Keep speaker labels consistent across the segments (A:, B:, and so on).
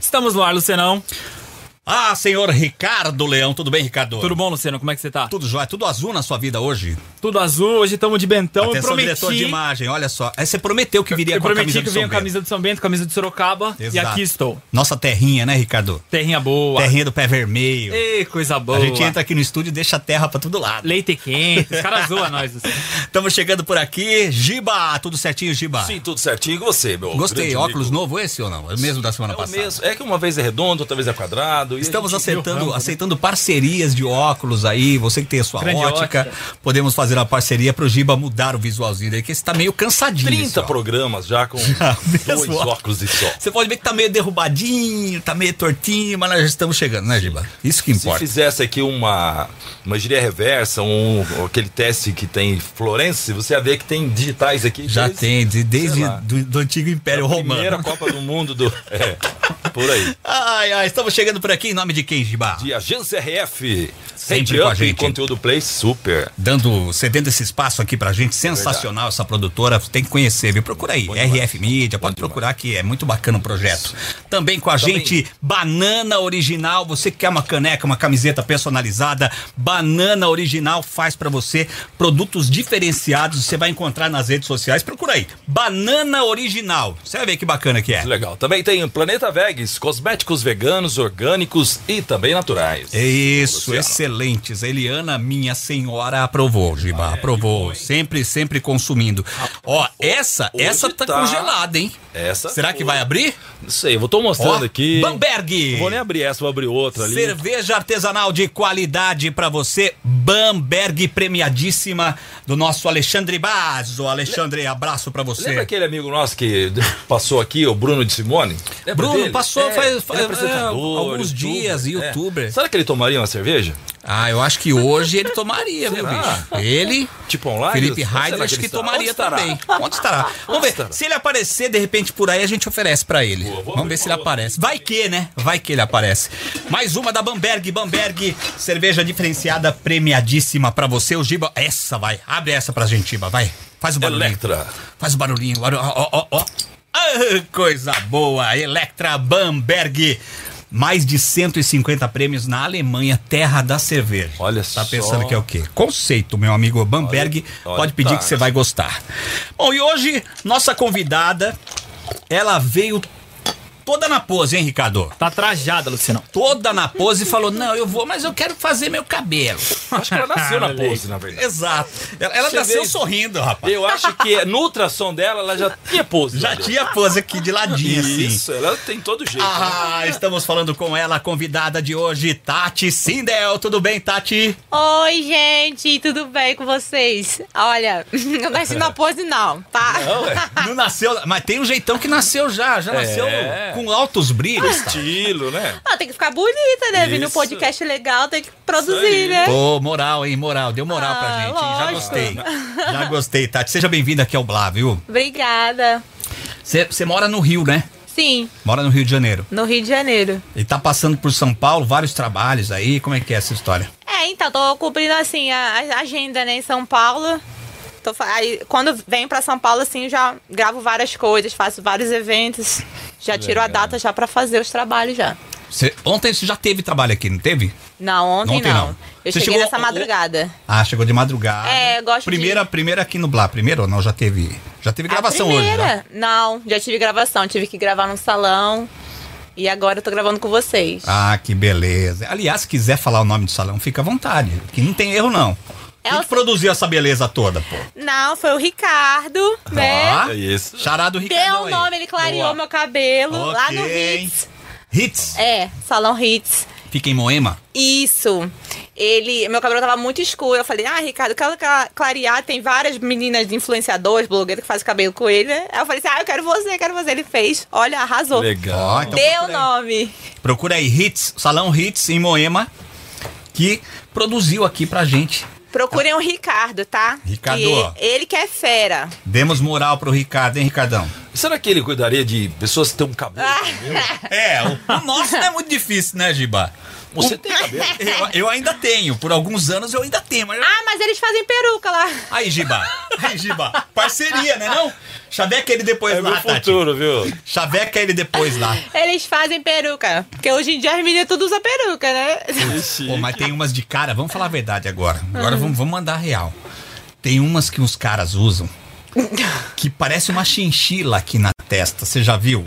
A: Estamos no ar, Lucenão.
B: Ah, senhor Ricardo Leão, tudo bem, Ricardo?
A: Tudo bom, Luciano? Como é que você tá?
B: Tudo jóia, tudo azul na sua vida hoje?
A: Tudo azul, hoje estamos de Bentão. eu
B: Atenção,
A: prometi,
B: diretor de imagem, olha só. Aí você prometeu que viria
A: eu
B: com a
A: prometi
B: camisa
A: que
B: do
A: eu venho
B: São
A: com a camisa do São Bento, camisa de Sorocaba.
B: Bento.
A: E
B: Exato.
A: aqui estou.
B: Nossa terrinha, né, Ricardo?
A: Terrinha boa.
B: Terrinha do pé vermelho.
A: Ei, coisa boa.
B: A gente entra aqui no estúdio e deixa a terra pra todo lado.
A: Leite quente, os caras zoam nós. assim. Luciano.
B: Estamos chegando por aqui. Giba, tudo certinho, Giba?
C: Ah. Sim, tudo certinho. E você, meu
B: Gostei.
C: grande
B: Óculos
C: amigo?
B: novo esse ou não? É o mesmo da semana
C: É o
B: passada.
C: mesmo. É que uma vez é redondo, outra vez é quadrado. e
B: Estamos
C: a gente-
B: aceitando,
A: ramo, né?
B: aceitando parcerias de óculos aí, você que tem a sua
A: Grande
B: ótica,
A: ótica.
B: podemos fazer uma parceria pro Giba mudar o visualzinho dele, que esse tá meio cansadinho.
C: 30
B: esse óculos.
C: programas já com dois
B: mesmo óculos.
C: óculos de sol.
B: Você pode ver que tá meio derrubadinho, tá meio tortinho, mas nós já estamos chegando, né, Giba? Isso que
C: Se
B: importa.
C: fizesse aqui uma, uma gíria reversa, um, aquele teste que tem Florence, você ia ver que tem digitais aqui.
B: Já
C: desde-
B: tem, de- desde
C: sei lá, É
B: do, do antigo Império
C: a
B: Romano.
C: Primeira Copa do Mundo do. É, por aí.
B: Ai, ai, estamos chegando por aqui em nome de quem, Giba?
C: De Agência RF.
B: Sempre
C: Head
B: com a
C: Up,
B: gente.
C: Conteúdo Play super.
B: Dando, cedendo esse espaço aqui pra gente, sensacional essa produtora, tem que conhecer, viu? Procura aí, RF Mídia, pode procurar que é muito bacana o projeto. Também com a gente, Banana Original, você que quer uma caneca, uma camiseta personalizada, Banana Original faz pra você produtos diferenciados, você vai encontrar nas redes sociais, procura aí, Banana Original, você vai ver que bacana que é.
C: Legal. Também tem Planeta Vegas, cosméticos veganos, orgânicos e também naturais.
B: É Isso,
C: Luciano.
B: excelentes. Eliana, minha senhora, aprovou,
C: Ah, é,
B: Giba, aprovou. Sempre, sempre consumindo. Ó, essa,
C: hoje
B: essa tá,
C: tá.
B: congelada, hein?
C: Essa
B: Será que
C: foi.
B: vai abrir?
C: Não sei, eu tô mostrando
B: Ó,
C: aqui.
B: Bamberg!
C: Não Vou nem abrir essa, vou abrir outra ali.
B: Cerveja artesanal de qualidade pra você, Bamberg premiadíssima do nosso Alexandre Basso. Alexandre, abraço pra você.
C: Lembra aquele amigo nosso que passou aqui, o Bruno de Simone? Lembra
B: Bruno,
C: dele?
B: passou
C: É,
B: faz,
C: ele
B: faz-
C: é
B: é,
C: apresentador,
B: alguns
C: youtuber,
B: dias,
C: é.
B: youtuber.
C: Será que ele tomaria uma cerveja?
B: Ah, eu acho que hoje ele tomaria, viu,
C: Será?
B: bicho? Ele.
C: Tipo online?
B: Felipe
C: Onde
B: Raider,
C: será
B: acho
C: ele
B: que
C: está? Onde
B: tomaria
C: estará?
B: também. Onde estará? Vamos ver.
C: estará?
B: Se ele aparecer de repente por aí, a gente oferece pra ele.
C: vou
B: Vamos ver
C: abrir
B: se ele
C: uma outra.
B: aparece. Vai que, né? Vai que ele aparece. Mais uma da Bamberg. Bamberg, cerveja diferenciada, premiadíssima pra você. O Giba, essa vai. Abre essa pra gente, Giba. Vai. Faz o barulhinho.
C: Electra.
B: Faz o barulhinho. Ó, ó, ó, ó. Ah, coisa boa. Electra Bamberg. Mais de 150 prêmios na Alemanha, terra da cerveja.
C: Olha
B: Tá
C: só.
B: pensando que é o quê? Conceito, meu amigo Bamberg.
C: Olha,
B: pode
C: olha,
B: pedir
C: tá.
B: que você vai gostar. Bom, e hoje, nossa convidada, ela veio toda na pose, hein, Ricardo?
A: Tá trajada, Luciano.
B: Toda na pose e falou: Não, eu vou, mas eu quero fazer meu cabelo.
C: Acho que ela nasceu na
A: Olha aí.
C: pose, na verdade.
B: Exato. Ela, ela
C: Você
B: nasceu
C: vê-
B: sorrindo, rapaz.
C: Eu acho que é no ultrassom dela, ela já tinha pose.
B: Já
C: entendeu?
B: tinha pose aqui de ladinho, assim.
C: Isso, ela tem todo jeito.
B: Ah, estamos falando com ela, a convidada de hoje, Tati Sindel. Tudo bem, Tati?
D: Oi, gente, tudo bem com vocês? Olha, eu nasci na pose não, tá?
C: Não, é
B: Não nasceu, mas tem um jeitão que nasceu já, já nasceu
C: É.
B: com altos brilhos. Tati.
C: estilo, né?
D: Ah, tem que ficar bonita, né? Vindo um
C: Isso.
D: podcast legal, tem que
C: aí.
D: produzir, né?
B: Pô, moral, hein? Moral, deu moral pra
D: Ah,
B: gente, hein? Já
D: lógico.
B: gostei. Já gostei, Tati. Seja bem-vinda aqui ao Blá, viu?
D: Obrigada.
B: Você mora no Rio, né?
D: Sim,
B: Mora no Rio de Janeiro.
D: no Rio de Janeiro.
B: E tá passando por São Paulo, vários trabalhos aí. Como é que é essa história?
D: É, então, tô cobrindo, assim, a a agenda, né, em São Paulo. Tô fa- aí, quando venho pra São Paulo, assim, eu já gravo várias coisas, faço vários eventos. Já tiro a data já pra fazer os trabalhos já.
B: Cê- ontem você já teve trabalho aqui, não teve?
D: Não, ontem,
B: Ontem
D: não.
B: não.
D: Eu
B: Você
D: cheguei
B: chegou-
D: nessa madrugada.
B: Ah, chegou de madrugada.
D: É, eu gosto de-
B: primeira, Primeira aqui no Blá. Primeira ou não? Já teve. Já teve gravação
D: a
B: hoje. né? já.
D: primeira? Não, já tive gravação. Tive que gravar num salão. E agora eu tô gravando com vocês.
B: Ah, que beleza. Aliás, se quiser falar o nome do salão, fica à vontade. Que não tem erro, não.
D: É
B: Quem
D: o-
B: que produziu essa beleza toda, pô?
D: Não, foi o Ricardo,
B: Ah,
D: né?
B: Ó,
C: É isso.
B: Charado Ricardo.
D: Deu o nome, ele clareou meu cabelo lá no
B: Ok.
D: Hits.
B: Hits.
D: É, salão Hits.
B: Fica em Moema?
D: Isso. Ele, meu cabelo tava muito escuro. Eu falei, ah, Ricardo, eu quero cla- clarear. Tem várias meninas influenciadoras, blogueiras que fazem cabelo com ele. né? Aí eu falei assim, ah, eu quero você, eu quero você. Ele fez. Olha, arrasou.
C: Legal.
B: então
D: Deu o
B: procura aí.
D: nome.
B: Procura aí Hits, Salão Hits em Moema, que produziu aqui pra gente.
D: Procurem o Ricardo, tá?
B: Ricardo, ó.
D: Que ele que é fera.
B: Demos moral pro Ricardo, hein, Ricardão?
C: Será que ele cuidaria de pessoas que têm um cabelo?
D: Ah,
B: É, o, o nosso não é muito difícil, né, Giba?
C: Você tem cabelo?
B: Eu, eu ainda tenho, por alguns anos eu ainda tenho. Mas...
D: Ah, mas eles fazem peruca lá.
B: Aí, Giba. Aí, Giba. Parceria, né não? Chaveca ele depois
C: É
B: lá,
C: meu futuro, viu?
B: Tati. Chaveca ele depois lá.
D: Eles fazem peruca. Porque hoje em dia as meninas tudo usam peruca, né?
B: Pô, mas tem umas de cara, vamos falar a verdade agora. Agora vamos, vamos mandar a real. Tem umas que os caras usam que parece uma chinchila aqui na testa, você já viu?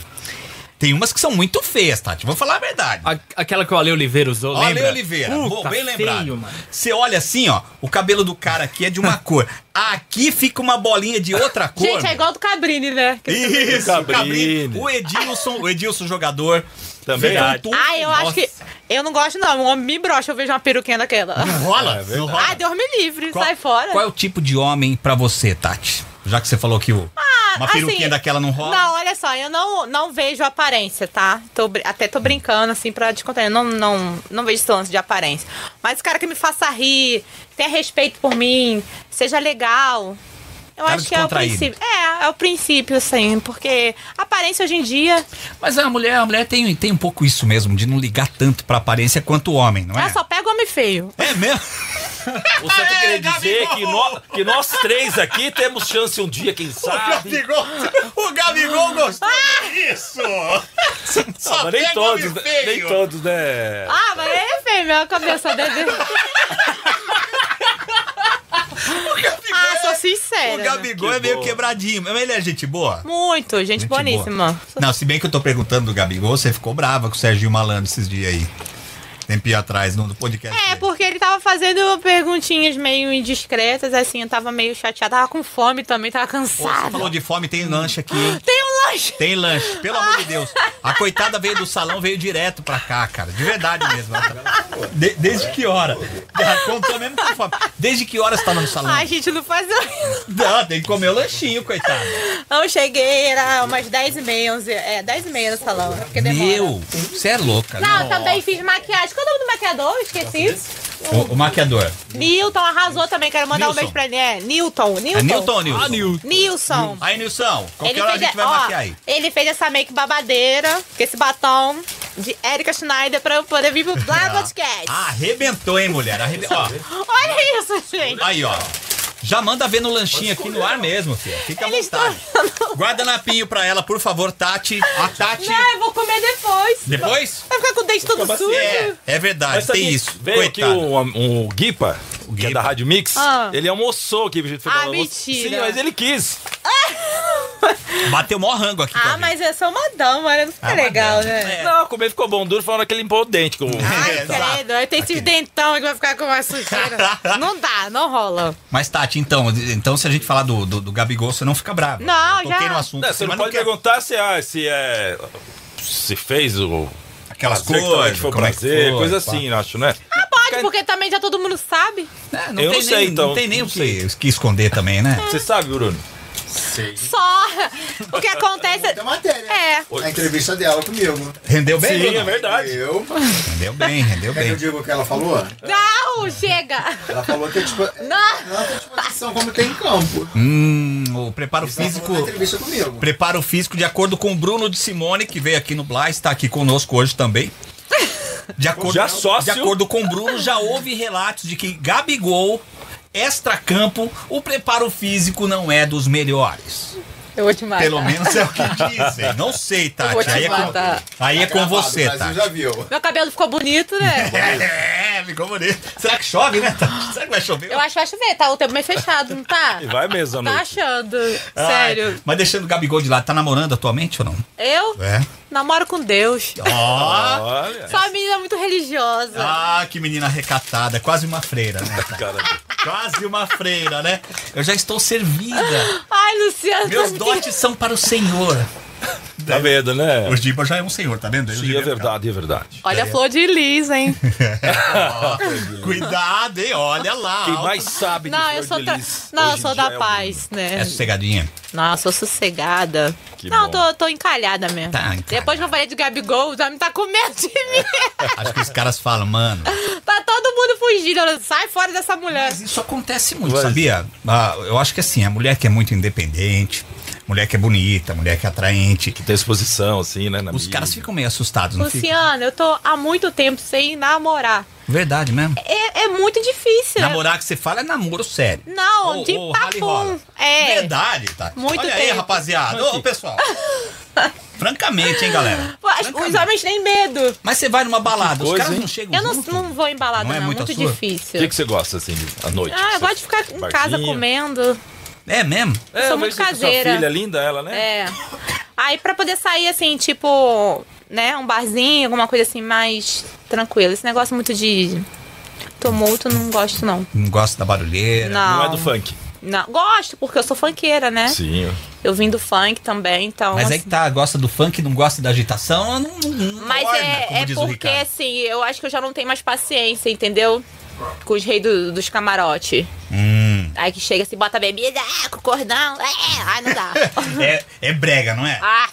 B: Tem umas que são muito feias, Tati. Vou falar a verdade.
A: A- aquela que o Ale Oliveira usou,
B: Olha
A: Ah, lembra?
B: Ale Oliveira,
A: Puta,
B: bom, bem
A: feio,
B: lembrado.
A: mano.
B: Você olha assim, ó, o cabelo do cara aqui é de uma cor. Aqui fica uma bolinha de outra cor.
D: Gente, é
B: meu.
D: igual do Cabrini, né?
B: Isso, o
C: Cabrini.
B: Cabrini. O Edilson, o Edilson jogador.
C: Também.
B: Ficam
C: Verdade.
B: tudo-
D: Ah, eu acho
B: Nossa,
D: que. Eu não gosto, não. Um homem me brocha, eu vejo uma peruquinha daquela.
B: Não rola, não rola.
D: Ah, Deus me livre,
B: Qual-
D: sai fora.
B: Qual é o tipo de homem pra você, Tati? Já que você falou que o, uma
D: assim,
B: peruquinha daquela não rola.
D: Não, olha só, eu não, não vejo aparência, tá? Tô br- até tô brincando, assim, pra descontar. Eu não, não, não vejo esse lance de aparência. Mas o cara que me faça rir, tenha respeito por mim, seja legal. Eu
B: Cara
D: acho que é o
B: descontraído.
D: princípio. É, é o princípio, assim, porque aparência hoje em dia.
B: Mas a mulher, a mulher tem, tem um pouco isso mesmo, de não ligar tanto pra aparência quanto o homem, não é?
D: Eu só pego homem feio.
B: É mesmo?
C: Você tá
B: Aê,
C: querendo dizer
B: Gabigol!
C: que, nó- que nós três aqui temos chance um dia, quem sabe?
B: Gabigol, o Gabigol gostou disso!
C: Ah,
B: Só
C: mas nem
B: pega homem
C: todos,
B: feio.
C: nem todos, né?
D: Ah, mas ele é feio, minha cabeça dele. ah, sou sincera. né?
B: O Gabigol
C: Que
B: é meio
C: boa.
B: quebradinho, mas ele é gente boa.
D: Muito, gente,
B: Gente
D: boníssima.
B: boa. Não, se bem que eu tô perguntando do Gabigol, você ficou brava com o Serginho Malandro esses dias aí. Tempinho atrás, no no podcast.
D: É,
B: dele.
D: porque ele tava fazendo perguntinhas meio indiscretas, assim, eu tava meio chateada, tava com fome também, tava
B: Pô, você
D: cansada.
B: falou de fome, tem lanche aqui, hein?
D: Tem um lanche!
B: Tem lanche, pelo amor de Deus. A coitada veio do salão, veio direto pra cá, cara. De verdade mesmo. De- desde que hora? Ela Contou mesmo com fome. Desde que horas tá no salão?
D: Ai, gente, não faz isso.
B: Não, tem que comer o lanchinho, coitada.
D: Eu cheguei, era umas 10 e meia, 11, é, 10 e meia no salão, né, porque demora.
B: Meu, você é louca. né?
D: Não, eu também fiz maquiagem. Qual é o nome do maquiador? Eu Esqueci.
B: O, o maquiador.
D: Newton arrasou também, quero mandar um
B: Nilson.
D: beijo pra ele. É, Newton, Newton.
B: É Nilton,
A: Ah,
B: Nilson.
D: Nilson.
B: Aí, Nilson, qualquer
D: Ele
B: hora a
D: fez, é-
B: gente vai
D: ó,
B: maquiar aí.
D: ele fez essa make babadeira, com esse batom de Erika Schneider pra eu poder vir pro Black Podcast.
B: Ah, arrebentou, hein, mulher? Arrebe... ó,
D: Olha isso, gente.
B: aí, ó. Já manda ver no lanchinho aqui no ar mesmo, filha. Fica à
D: Eles
B: vontade. Guardanapinho pra ela, por favor, Tati.
C: Ah,
B: A Tati.
D: Não, eu vou comer depois.
B: Depois?
D: Vai ficar com o dente todo
C: Fica
D: sujo.
B: É, é verdade,
C: Mas
B: tem
C: sabia que
B: isso.
C: Veio aqui
B: Coitado.
C: um, um Guipa, que é
B: Guipa.
C: da Rádio Mix.
D: Ah.
C: Ele almoçou aqui, a gente foi
D: Ah,
C: falar almoço.
D: mentira.
C: Sim, mas ele quis.
B: Bateu mó rango aqui. com a
D: Ah,
B: gente.
D: mas eu sou uma dama, né? Não fica
B: Ah,
D: legal,
B: madama.
D: né?
C: Não, comer ficou bom duro, falando que ele limpou o dente. Que eu...
D: Ai,
B: É, tá.
D: credo. Aí tem esses dentão que vai ficar com uma sujeira. não dá, não rola.
B: Mas, Tati, então, então se a gente falar do, do, do Gabigol, você não fica bravo.
D: Não,
B: Eu toquei
D: já.
B: no assunto.
C: Não, você não
B: mas
C: pode
B: quer
C: perguntar se, ah, se é. Se fez o.
B: aquelas
C: se
B: coisas,
C: foi
B: como é que
C: prazer,
B: foi,
C: coisa
B: pá.
C: assim, eu acho, né?
D: Ah, pode, porque também já todo mundo sabe.
B: É,
C: Eu
B: tem
C: não sei,
B: nem, Não
C: então.
B: tem nem o
C: Não
B: que, o que esconder também, né?
C: Você sabe, Bruno?
D: Só o que acontece...
E: Muita matéria.
D: É,
E: A entrevista dela comigo.
B: Rendeu bem,
C: Sim, é
B: Bruno?
C: verdade. É
E: Eu.
B: Rendeu bem, rendeu
E: Quer que eu
B: bem.
E: digo o que ela falou?
D: não, chega.
E: Ela falou que é tipo.
D: Não.
E: Ela tem disposição como tem em campo.
B: Hum, o preparo
C: é
E: Ela
B: físico.
E: falou na entrevista comigo.
B: Preparo físico, de acordo com o Bruno de Simone, que veio aqui no Blá, está aqui conosco hoje também. De acordo,
C: Já sócio.
B: de acordo com o Bruno, já houve relatos de que Gabigol, extra-campo, o preparo físico não é dos melhores.
D: Eu vou te matar.
B: Pelo menos é o que dizem. Não sei,
D: Eu vou
B: Tati.
D: te
B: Aí é com,
D: matar.
B: aí é com
E: Gravado,
B: você,
E: o Brasil
B: Tati.
E: já viu.
D: Meu cabelo ficou bonito, né?
B: É, ficou bonito. Será que chove, né, Tati? Será que vai chover?
D: Eu acho que vai chover, tá o tempo meio fechado, não tá?
C: E vai mesmo à
D: Tá
C: noite.
D: achando,
B: Ai,
D: sério.
B: Mas deixando o Gabigol de lado, tá namorando atualmente ou não?
D: Eu
B: É.
D: namoro com Deus.
B: Ó.
C: Olha.
D: Sou uma menina muito religiosa.
B: Ah, que menina recatada. Quase uma freira, né? Tati?
C: Cara,
B: Quase uma freira, né? Eu já estou servida.
D: Ai, Luciano.
B: Meus
D: tá-
B: dotes são para o Senhor.
C: tá vendo, né?
B: O Giba já é um senhor, tá vendo? Ele
C: Sim,
B: já
C: é
B: é um cara.
C: verdade, é verdade.
D: Olha a flor de lis, hein?
B: Cuidado, hein? Olha lá.
C: Quem
B: alto.
C: mais sabe de
D: Ah, Não,
C: flor
D: eu
C: de
D: sou, tra-
C: lis
D: não, eu
C: hoje em
D: sou
C: dia
D: da
C: é o-
D: paz, né?
B: É sossegadinha.
D: Não, eu sou sossegada.
C: Que
D: não,
C: bom.
D: tô, tô encalhada mesmo.
B: Tá encalhada.
D: Depois que eu falei de Gabigol, já me tá com medo de mim.
B: Acho que os caras falam, mano.
D: tá todo mundo fugindo. Ela, Sai fora dessa mulher.
B: Mas isso acontece muito,
C: Mas-
B: sabia? Ah, eu acho que assim, a mulher que é muito independente, mulher mulher que é bonita, mulher que é atraente.
C: Tem exposição, assim, né? na
B: Os
C: mídia.
B: caras ficam meio assustados, não ficam?
D: Luciana, eu tô há muito tempo sem namorar.
B: Verdade mesmo.
D: É, é muito difícil.
B: Namorar que você fala é namoro sério.
D: Não,
B: Ô,
D: de
B: ô, rally
D: papum.
B: rola.
D: É.
B: Verdade, tá.
D: Muito
B: Olha aí,
D: tempo.
B: rapaziada. Ô, pessoal. Francamente, hein, galera.
D: Pô, as- Os
B: Francamente.
D: homens têm medo.
B: Mas você vai numa balada, os
C: coisa,
B: caras
C: hein?
B: não chegam
D: Eu não,
B: junto?
D: não vou embalada,
B: Não
D: não.
B: é
D: É
B: muito
D: muito,
B: a sua?
C: O
D: difícil.
C: que, que você gosta, assim, de- à noite?
D: Ah, eu
C: Você
D: gosto de ficar em casa
C: barquinho?
D: comendo.
B: É mesmo?
C: É,
D: Sou
C: eu
D: muito
C: vejo que sua
D: caseira.
C: filha é linda, ela, né?
D: É. Aí pra poder sair, assim, tipo, né, um barzinho, alguma coisa assim mais tranquila. Esse negócio muito de tumulto, não gosto, não.
B: Não gosta da barulheira.
D: Não.
C: Não é do funk.
D: Não, gosto, porque eu sou funkeira, né?
C: Sim. é
D: Eu vim do funk também, então.
B: Mas aí
D: assim,
B: que tá, gosta do funk, não gosta da agitação, não, não, não
D: Mas
B: orna, como
D: é, é
B: diz o
D: porque,
B: Ricardo.
D: assim, eu acho que eu já não tenho mais paciência, entendeu? Com os reis do- dos camarotes.
B: Hum,
D: Aí que chega assim, bota bebida, ah, com cordão, é, ai, não dá.
B: é, é brega, não é?
D: ah,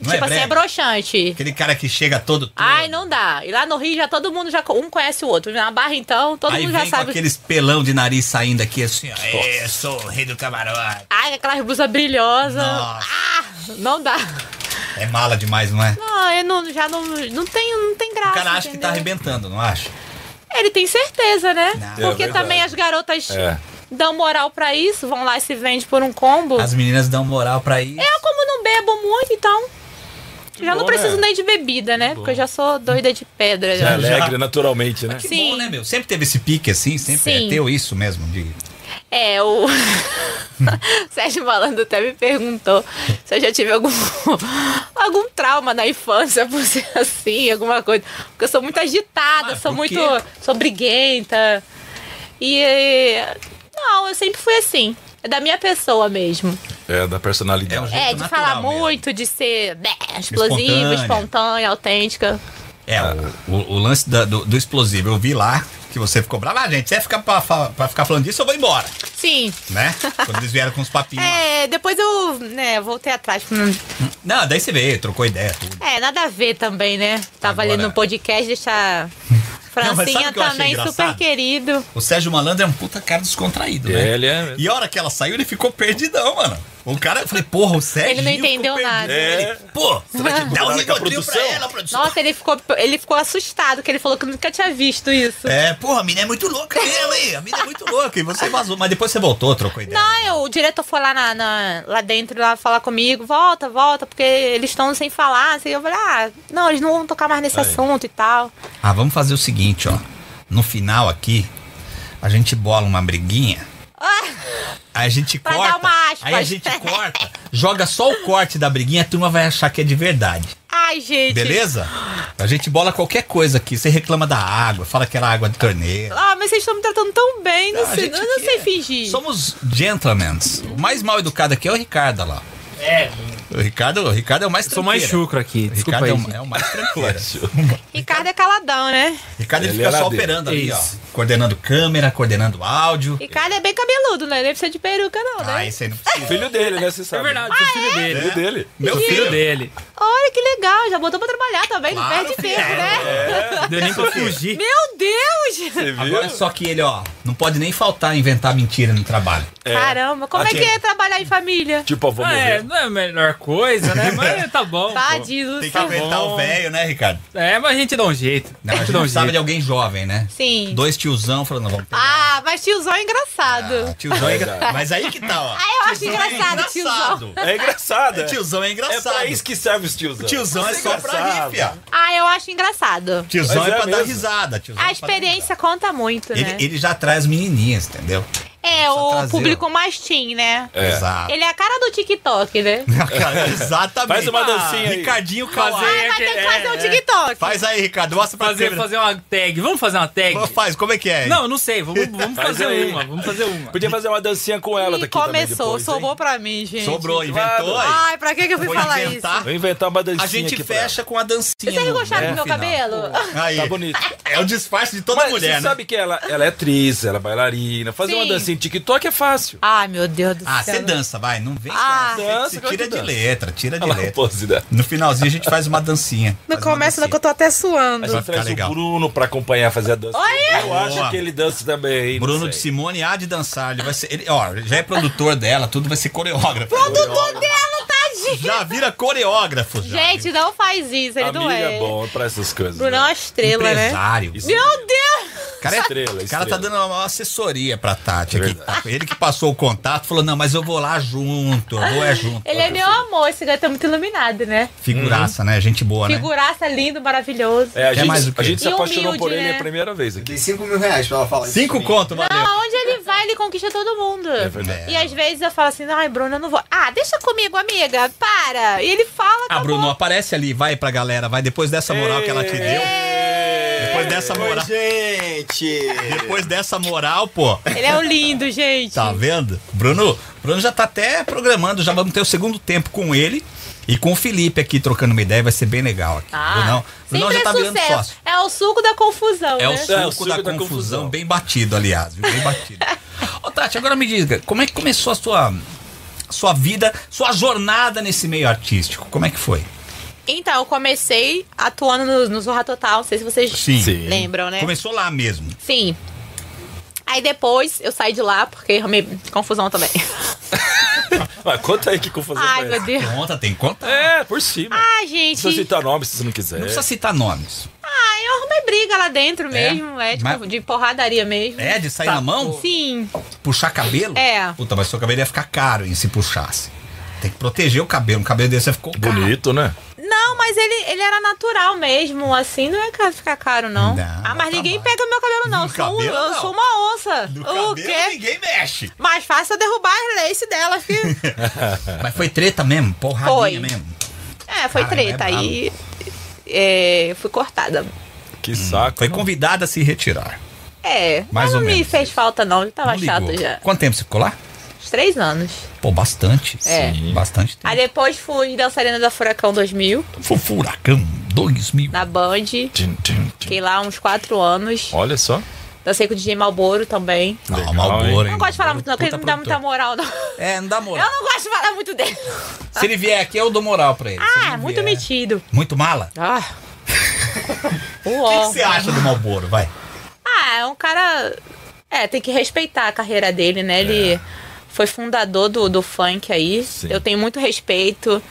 B: Não é
D: tipo assim,
B: brega?
D: é broxante.
B: Aquele cara que chega todo... todo
D: Ai, não dá. E lá no Rio já todo mundo já. Um conhece o outro. Na barra, então, todo
B: Aí
D: mundo já
B: vem com
D: sabe.
B: aqueles pelão de nariz saindo aqui assim, ó. "É, sou o rei do camarote.
D: Ai, aquelas blusas brilhosas.
B: Nossa.
D: Ah, não dá.
B: É mala demais, não é?
D: Não, eu não, já não. Não tem, não tem graça.
B: O cara acha que tá
D: entendeu?
B: arrebentando, não acha?
D: Ele tem certeza, né?
B: Não.
D: Porque
C: É verdade.
D: também as garotas
C: É.
D: dão moral pra isso, vão lá e se vende por um combo.
B: As meninas dão moral pra ir.
D: Eu, como não bebo muito, então. já não
C: bom,
D: preciso
C: né?
D: nem de bebida, né? Porque eu já sou doida de pedra.
C: É
D: Já.
C: alegre, naturalmente, né?
B: Que
D: Sim.
B: bom, né, meu? Sempre teve esse pique assim, sempre
D: Sim.
B: é teu isso mesmo. De...
D: É, o. Sérgio Malandro até me perguntou se eu já tive algum, algum trauma na infância por ser assim, alguma coisa. Porque eu sou muito agitada,
B: Mas
D: sou
B: por
D: muito.
B: quê?
D: sou briguenta. E. eh, Não, eu sempre fui assim. É da minha pessoa mesmo.
C: É, da personalidade.
B: É,
D: É,
B: jeito
D: de
B: natural
D: falar
B: mesmo.
D: muito, de ser bé, explosiva,
B: Espontânea.
D: espontânea, autêntica.
B: É, o, o- o lance da- do, do explosivo. Eu vi lá que você ficou bravo. Ah, gente, se é ficar pra, fa- pra ficar falando disso, eu vou embora,
D: Sim.
B: né? Quando eles vieram com os papinhos. lá.
D: É, depois eu, né, voltei atrás. hum,
B: Não, daí você veio, trocou ideia, tudo.
D: É, nada a ver também, né? Tava
B: Agora-
D: ali no podcast, deixar.
B: Não, mas sabe
D: Francinha
B: o que eu achei
D: também,
B: engraçado?
D: super querido.
B: O Sérgio Malandro é um puta cara descontraído,
C: É,
B: né?
C: ele é.
B: E a hora que ela saiu, ele ficou perdidão, mano. O cara, eu falei, porra, o Sérgio.
D: Ele não entendeu
B: ficou
D: nada. É.
B: perdido. Ele, Pô, você vai te dar um
C: Caraca,
B: rigotril pra
C: produção.
B: ela, produção.
D: Nossa, ele ficou, ele ficou assustado, que ele falou que nunca tinha visto isso.
B: É, porra, a mina é muito louca mesmo, hein? A mina é muito louca. E você vazou. Mas depois você voltou, trocou ideia.
D: Não, eu- o diretor foi lá, na, na- lá dentro lá falar comigo, volta, volta, porque eles estão sem falar. Assim, eu falei, ah, não, eles não vão tocar mais nesse
C: Aí.
D: assunto e tal.
B: Ah, vamos fazer o seguinte, ó. No final aqui, a gente bola uma briguinha. Aí a gente
D: Ah, Pra dar
B: corta.
D: uma aspas.
B: Aí a gente corta. joga só o corte da briguinha, a turma vai achar que é de verdade.
D: Ai, gente.
B: Beleza? A gente bola qualquer coisa aqui. Você reclama da água, fala que era água de torneira.
D: Ah, mas vocês estão me tratando tão bem, não,
B: Ah, a
D: sei,
B: gente
D: eu não
B: aqui
D: sei
B: é-
D: fingir.
B: Somos gentlemen. O mais mal educado aqui é o Ricardo olha lá. É. O Ricardo, o Ricardo é o mais
A: Sou mais
B: tranqueira.
A: chucro aqui.
B: O
A: Desculpa
B: Ricardo é
A: aí.
B: o, é o mais tranqueiro. um
D: Ricardo é caladão, né?
B: Ricardo ele,
C: Ele
B: fica
C: é
B: só
C: ladeira.
B: operando ali,
A: Isso.
B: ó. Coordenando câmera, coordenando áudio.
D: Ricardo é bem cabeludo, né? Ele precisa de peruca, não, né?
B: Ah, esse aí não precisa.
C: Filho dele, né? Você sabe.
A: É verdade, sou filho dele.
B: É.
C: Filho dele.
B: Meu
A: Filho
B: filho
A: dele.
D: Olha que legal, já botou pra trabalhar também,
B: Claro, é,
D: não perde
B: filho.
D: tempo, né?
A: Deu nem pra fugir.
D: Meu Deus!
C: Você viu?
B: Agora só que ele, ó, não pode nem faltar inventar mentira no trabalho.
D: Caramba, como
B: Aqui.
D: é que é trabalhar em família?
C: Tipo, eu vou
A: Ah, é,
C: morrer.
A: não é a melhor coisa, né? Mas tá bom. pô.
D: Tadinho do
B: Tem que
D: céu.
B: aguentar o velho, né, Ricardo?
A: É, mas a gente dá um jeito.
B: Não, a gente
A: dá um
B: não sabe de
A: jeito.
B: alguém jovem, né?
D: Sim.
B: Dois tiozão falando, vamos pegar.
D: Ah, mas tiozão é engraçado.
B: Ah, tiozão é engra...
C: Verdade.
B: Mas aí que tá, ó.
D: Ah, eu acho
B: Tiozão
D: engraçado, tiozão.
C: É engraçado.
B: É,
C: é.
B: Tiozão é
C: É
B: engraçado.
C: pra isso que serve os tiozão.
B: Tiozão é só pra rir,
C: Engraçado.
B: fia.
D: Ah, eu acho engraçado.
B: Tiozão
C: Mas
B: é,
C: é
B: pra dar
C: mesmo.
B: risada. tiozão
D: A
B: é pra dar
D: experiência conta muito,
B: risada.
D: né?
B: Ele, ele já traz menininhas, entendeu?
D: É o
B: trazer,
D: público mais teen, né?
C: É.
B: Exato.
D: Ele é a cara do TikTok, né?
B: Cara, exatamente. Ah,
C: Faz uma dancinha aí.
B: Ricardinho
A: Fazer-
B: Fazer.
D: Mas tem Ah, que fazer
A: É,
D: o
A: é.
D: TikTok.
B: Faz aí, Ricardo. Mostra pra
A: Fazer,
B: câmera.
A: fazer uma tag. Vamos fazer uma tag?
B: Faz, como é que é?
A: Não, não sei. Vamos, vamos
C: Faz
A: fazer
C: aí.
A: uma. Vamos fazer uma.
C: Podia fazer uma dancinha com ela
D: Ih,
C: daqui também
D: começou,
C: depois, hein?
D: sobrou pra mim, gente.
B: Sobrou, inventou aí.
D: Ai, pra que que eu fui
B: Vou
D: falar
B: inventar.
D: isso?
C: Vou inventar uma dancinha
B: A gente
C: aqui pra
B: fecha com a dancinha.
D: Vocês
B: no- no
D: gostaram do meu
B: final.
D: cabelo?
B: Aí.
C: ela. Tá bonito.
B: É o disfarce de toda
C: Mas
B: mulher,
C: você
B: né?
C: sabe que ela, ela é atriz, ela é bailarina. Fazer uma
D: Sim.
C: dancinha em TikTok é fácil.
D: Ai, meu Deus do
B: Ah,
D: céu.
B: você dança, vai. Não vem.
D: Ah.
B: com essa.
C: Dança,
B: Você
C: que eu
B: tira
C: te
B: de
C: danço.
B: letra, tira de
C: Olha lá, a
B: letra.
C: pose né? dela.
B: No finalzinho a gente faz uma dancinha.
D: No
B: Faz uma
D: começo,
B: dancinha.
D: que eu tô até
C: A
D: suando.
B: Vai
C: gente
B: ficar
C: traz
B: legal.
C: o Bruno pra acompanhar fazer a dança.
D: Olha!
C: Eu acho
B: Boa.
C: que ele dança também. hein? Não
B: Bruno
C: sei.
B: de Simone há de dançar. Ele vai ser. Ele, ó, já é produtor dela, tudo vai ser coreógrafo.
D: Produtor dela Tadinho.
B: Já vira coreógrafo. já.
D: Gente, não faz isso, ele
C: Amigo
D: não
C: é
D: é.
C: bom pra essas coisas.
D: Bruno é uma estrela, né?
B: Empresário.
C: Isso-
D: Meu Deus!
B: O cara, é-
C: Estrela,
B: o cara tá
C: estrela.
B: dando uma assessoria pra Tati aqui. Tá-
C: Verdade.
B: Ele que passou o contato, falou: não, mas eu vou lá junto, eu vou é junto.
D: Ele é meu amor, esse gato é muito iluminado, né?
B: Figuraça, né? Gente boa, né?
D: Figuraça lindo, maravilhoso.
C: É, a
B: Quer
C: gente,
B: mais o quê?
C: a gente se
D: E
C: apaixonou
D: humilde,
C: por ele é
D: né?
C: a primeira vez aqui.
E: Dei 5 mil reais pra ela falar isso.
B: Cinco
E: pra mim.
B: conto, valeu.
D: Aonde ele vai, ele conquista todo mundo.
C: É verdade.
D: E às vezes eu falo assim, ai, Bruno, eu não vou. Ah, deixa comigo, amiga, para. E ele fala, tá
B: Ah, Bruno,
D: bom.
B: aparece ali, vai pra galera, vai depois dessa moral que ela te deu. Depois dessa moral.
E: Gente!
B: Depois dessa moral, pô.
D: Ele é o lindo, gente.
B: Tá vendo? Bruno, Bruno já tá até programando, já vamos ter o segundo tempo com ele e com o Felipe aqui trocando uma ideia, vai ser bem legal aqui. Brunão, Brunão
D: Ah, sempre
B: já tá
D: é
B: virando
D: sucesso.
B: sócio.
D: É o suco da confusão,
B: É o
D: né?
B: suco,
C: É, o suco
B: da,
C: da
B: confusão,
C: confusão.
B: bem batido, aliás, viu? bem batido. Ô Tati, agora me diga, como é que começou a sua sua vida, sua jornada nesse meio artístico? Como é que foi?
D: Então, eu comecei atuando no, no Zorra Total, não sei se vocês
B: Sim.
C: Sim.
D: lembram, né?
B: Começou lá mesmo.
D: Sim. Aí depois eu saí de lá porque arrumei confusão também.
C: Mas conta aí que confusão
D: Ai,
C: foi
D: meu
C: essa.
D: Deus.
B: Conta, tem conta.
C: É, por cima.
D: Ah,
C: não precisa
D: gente.
C: citar nome se você não quiser.
B: Não precisa citar nomes.
D: Ah, eu arrumei briga lá dentro
B: É?
D: mesmo, é, tipo,
B: Mas-
D: de porradaria mesmo.
B: É, de sair na mão?
D: Sim.
B: Puxar cabelo?
D: É.
B: Puta, mas seu cabelo ia ficar caro hein, se puxasse. Tem que proteger o cabelo. O cabelo desse ficou caro.
C: Bonito, né?
D: Não, mas ele, ele era natural mesmo, assim, não é ca- ficar caro, não.
B: Não,
D: ah, mas
B: tá
D: ninguém
B: bom.
D: pega meu cabelo, não.
B: No
D: Eu sou, um-
B: cabelo,
D: eu
B: não.
D: sou uma onça.
B: Do
D: o
B: cabelo
D: quê?
B: ninguém mexe.
D: Mais fácil é derrubar as lace dela, que.
B: Mas foi treta mesmo, porradinha
D: Foi.
B: mesmo.
D: é, foi
B: Cara,
D: treta.
B: é brabo.
D: aí é, eu fui cortada.
C: Que saco.
B: Hum,
C: né?
B: Foi convidada a se retirar.
D: É,
B: Mais
D: mas
B: ou
D: não me
B: menos
D: fez falta, não. Ele tava
B: Não
D: Tá chato
B: ligou.
D: já.
B: Quanto tempo você ficou lá?
D: Uns três anos.
B: Pô, bastante.
D: É.
B: Sim. Bastante tempo.
D: Aí depois fui dançarina da Furacão 2000,
B: Foi um furacão 2000.
D: na Band.
C: Tchim, tchim, tchim.
D: Fiquei lá uns quatro anos.
C: Olha só.
D: Dancei com o DJ Malboro também.
B: Não,
C: Legal,
B: Malboro, hein?
D: Não gosto de falar muito, não, porque ele
B: Puta
D: não dá muita
B: produtor.
D: moral, não.
B: É, não dá
D: Eu
B: moral.
D: não gosto de falar muito dele.
B: Se ele vier aqui, eu dou moral pra ele. Se ele
D: Ah,
B: não
D: muito
B: vier-
D: metido.
B: Muito mala?
D: Ah. Um
B: O que
D: Uó.
B: que você acha do Malboro? Vai.
D: Ah, é um cara. É, tem que respeitar a carreira dele, né? Ele foi fundador do, do funk aí.
C: Sim.
D: Eu tenho muito respeito.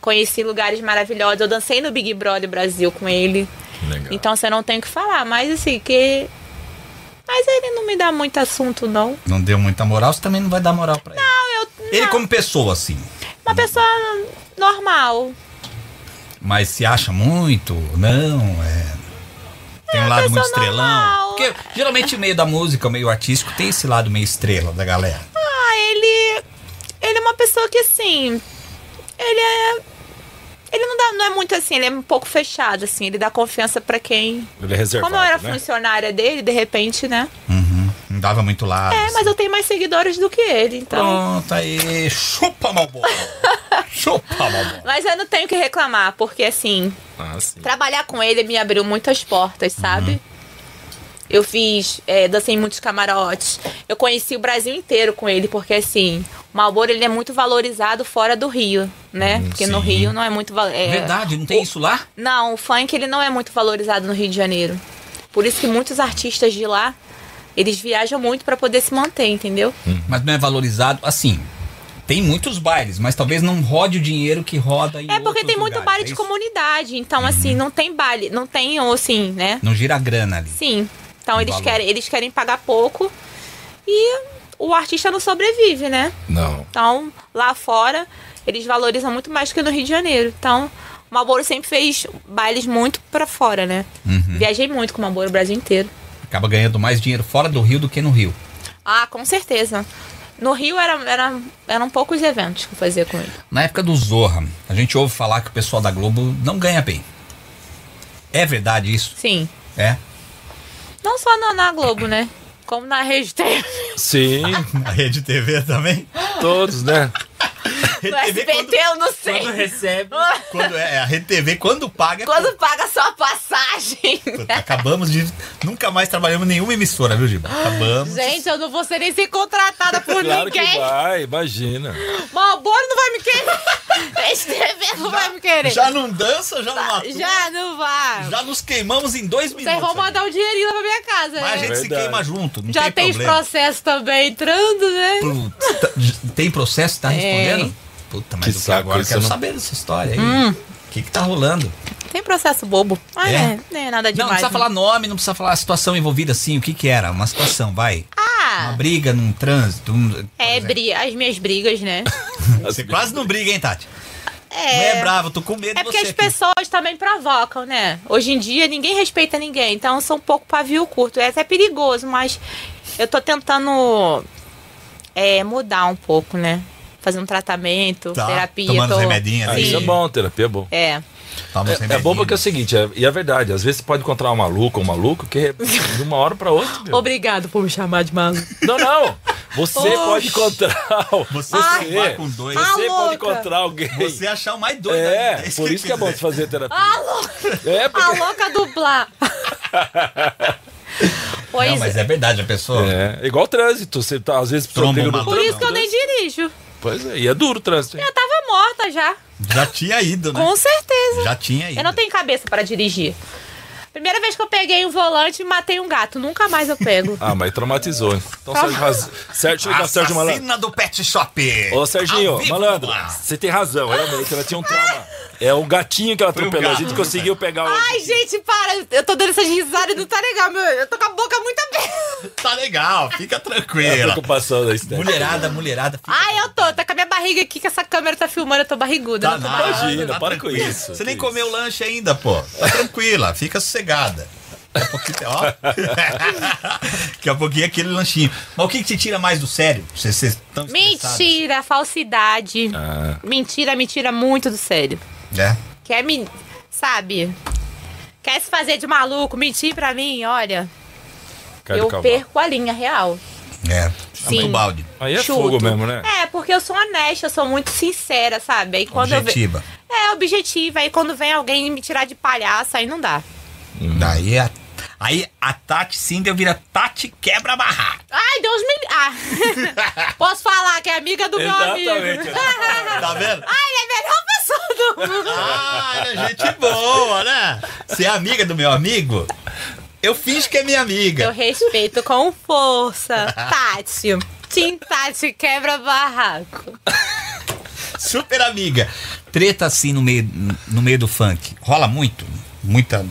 D: Conheci lugares maravilhosos. Eu dancei no Big Brother Brasil com ele.
C: Legal.
D: Então você não tem o que falar. Mas assim, que. Mas ele não me dá muito assunto, não.
B: Não deu muita moral, você também não vai dar moral pra ele.
D: Não, eu.
B: Ele
D: não.
B: como pessoa, assim.
D: Uma pessoa normal.
B: Mas se acha muito? Não, é. Tem um lado muito
D: pessoa
B: estrelão.
D: É, normal. é.
B: Porque geralmente o meio da música, o meio artístico, tem esse lado meio estrela da galera.
D: Ah, ele. Ele é uma pessoa que assim. Ele é. Ele não, dá, não é muito assim, ele é um pouco fechado, assim, ele dá confiança pra quem.
C: Ele é reservado,
D: Como eu era
C: né?
D: funcionária dele, de repente, né?
B: Uhum. Não dava muito lado.
D: É, mas eu tenho mais seguidores do que ele, então.
B: Pronto, aí. Chupa, Malboro. Chupa, Malboro.
D: Mas eu não tenho que reclamar, porque assim,
C: Ah, sim.
D: trabalhar com ele me abriu muitas portas,
B: Uhum.
D: sabe? Eu fiz, é, dancei em muitos camarotes. Eu conheci o Brasil inteiro com ele, porque assim, o Malboro ele é muito valorizado fora do Rio, né? porque no
B: Hum, sim.
D: Rio não é muito valorizado.
B: Verdade, não tem isso lá?
D: Não, o funk ele não é muito valorizado no Rio de Janeiro. Por isso que muitos artistas de lá, eles viajam muito pra poder se manter, entendeu?
B: Mas não é valorizado. Assim, tem muitos bailes, mas talvez não rode o dinheiro que roda em
D: É porque
B: outros
D: tem muito
B: lugares,
D: baile
B: é
D: de
B: isso? Uhum.
D: comunidade, então assim, não tem baile, não tem ou assim, né?
B: Não gira a grana ali.
D: Sim. Então eles
B: valor.
D: querem, eles querem pagar pouco e o artista não sobrevive, né?
C: Não.
D: Então, lá fora, eles valorizam muito mais que no Rio de Janeiro. Então, o Malboro sempre fez bailes muito pra fora, né? Viajei muito com o Malboro o Brasil inteiro.
B: Acaba ganhando mais dinheiro fora do Rio do que no Rio.
D: Ah, com certeza. No Rio era, era, eram poucos eventos que eu fazia com ele.
B: Na época do Zorra, a gente ouve falar que o pessoal da Globo não ganha bem. É verdade isso?
D: Sim.
B: É.
D: Não só na, na Globo, né? Como na Rede TV.
C: Sim,
B: A Rede TV também?
C: todos, né?
D: No SBT eu não sei.
A: Quando recebe.
B: Quando é, a Rede TV, quando paga. é
D: Quando paga só a passagem.
B: Puta, Acabamos de. Nunca mais trabalhamos em nenhuma emissora, viu, Giba? Acabamos.
D: Gente, eu não vou ser nem ser contratada por
C: Claro que
D: ninguém.
C: vai, imagina.
D: Malboro não vai me querer. STV não vai me querer.
B: Já não dança, já
D: Tá,
B: não atua.
D: Já não vai.
B: Já nos queimamos em dois minutos.
D: Vocês vão
B: amigo.
D: mandar o dinheirinho lá pra minha casa,
B: Mas a gente
D: né?
B: se
C: Verdade.
B: queima junto. Não
D: Já
B: tem
D: tem,
B: problema.
D: processo também entrando, né?
B: Putz, tá- j- Tem processo? Tá respondendo? Puta, mas
C: Que
B: o que
C: saco,
B: agora? Eu
C: isso
B: quero
C: não-
B: saber dessa história aí. O
D: Hum.
B: que, que tá rolando?
D: Tem processo bobo. Ah,
B: É?
D: é? Não
B: não,
D: é nada
B: não
D: É demais.
B: precisa
D: né?
B: falar nome, não precisa falar a situação envolvida assim. O que que era? Uma situação, vai. Uma
D: Ah,
B: briga num trânsito. um-
D: é bri- as minhas brigas, né?
B: Você quase não briga, hein, Tati?
D: É.
B: Não é bravo, tô com medo
D: É
B: de você
D: porque as
B: aqui.
D: pessoas também provocam, né? Hoje em dia ninguém respeita ninguém, então são um pouco pavio curto. É até perigoso, mas eu tô tentando é, mudar um pouco, né? Fazer um tratamento,
B: Tá,
D: terapia.
B: tomando
D: tô...
B: os remedinhos
C: Ah,
B: ali.
C: isso é
D: Sim.
C: bom, terapia é bom.
D: É.
B: Toma um
C: É, é bom
B: remedinho.
C: porque é o seguinte, é- e é verdade, às vezes você pode encontrar um maluco ou um maluco que de uma hora pra outra. meu.
D: Obrigado por me chamar de maluco.
C: Não, não. Você
D: Oxi.
C: pode encontrar. o-
B: Você
C: você
B: se vai com dois.
D: Ah,
C: você pode
D: louca.
C: encontrar alguém.
B: Você achar o mais doido.
C: É, por isso que é bom você fazer terapia. É, porque...
D: A Ah, Tá louca dublar. pois
B: Não, mas é verdade, a pessoa.
C: É, igual trânsito, você tá às vezes
B: Tromba
C: pega
B: um
C: no
B: maluco.
D: Por isso que eu
C: trânsito,
D: nem dirijo.
C: Pois é, e é duro o trânsito. hein?
D: Eu tava morta já.
C: É.
B: Já tinha ido, né?
D: Com certeza.
B: Já tinha ido.
D: Eu não tenho cabeça pra dirigir. Primeira vez que eu peguei um volante e matei um gato. Nunca mais eu pego.
C: Ah, mas traumatizou. hein? Então, Sérgio, Raz- Sérgio, deixa eu ligar o Sérgio Malandro.
B: Assassina do Pet Shop.
C: Ô, Serginho,
B: Ah, Ao vivo,
C: malandro,
B: vamos lá.
C: você tem razão, realmente, ela tinha um trauma. É um gatinho que ela
B: um
C: atropelou, a gente
B: gato,
C: conseguiu pegar o.
D: Ai, gente, para. Eu tô dando essas risadas e não tá legal. Meu. Eu tô com a boca muito aberta.
B: Tá legal, fica
C: a
B: tranquila.
C: preocupação da Steph.
B: Mulherada, mulherada. Fica...
D: Ai, eu tô. Tá com a minha barriga aqui que essa câmera tá filmando. Eu tô barriguda.
B: Tá
D: eu tô
B: nada,
C: Ah, Imagina,
B: tá
C: para
B: tranquila.
C: com isso,
B: Você
C: que
B: nem
C: isso.
B: comeu o lanche ainda, pô. Tá tranquila, fica sossegada. Daqui a pouquinho, ó. Daqui a pouquinho é aquele lanchinho. Mas o que, que te tira mais do sério? é Vocês vocês estão estressados?
D: Mentira, falsidade.
C: Ah.
D: Mentira, mentira muito do sério.
B: É.
D: Quer me. Sabe? Quer se fazer de maluco, mentir pra mim, olha.
C: Cai do
D: eu
C: cavalo.
D: perco a linha real.
B: É. Sim.
D: Sim.
B: balde.
C: Aí é
D: Chuto.
C: fogo mesmo, né?
D: É, porque eu sou honesta, eu sou muito sincera, sabe? Aí quando
B: Objetiva.
D: eu ve... É, objetiva. Aí quando vem alguém me tirar de palhaça, aí não dá.
C: Hum.
B: Daí a, aí a Tati Sindel vira Tati quebra barraco.
D: Ai, Deus me. li- Ah! Posso falar que é amiga do meu
C: Exatamente.
D: amigo.
B: Tá vendo?
D: Ai, ele é a melhor pessoa do mundo.
B: Ah, ela é gente boa, né? Você é amiga do meu amigo? Eu fiz que é minha
D: Eu
B: amiga.
D: respeito com força. Tati. Tim Tati quebra barraco.
B: Super amiga. Treta assim no meio, no meio do funk. Rola muito. Muita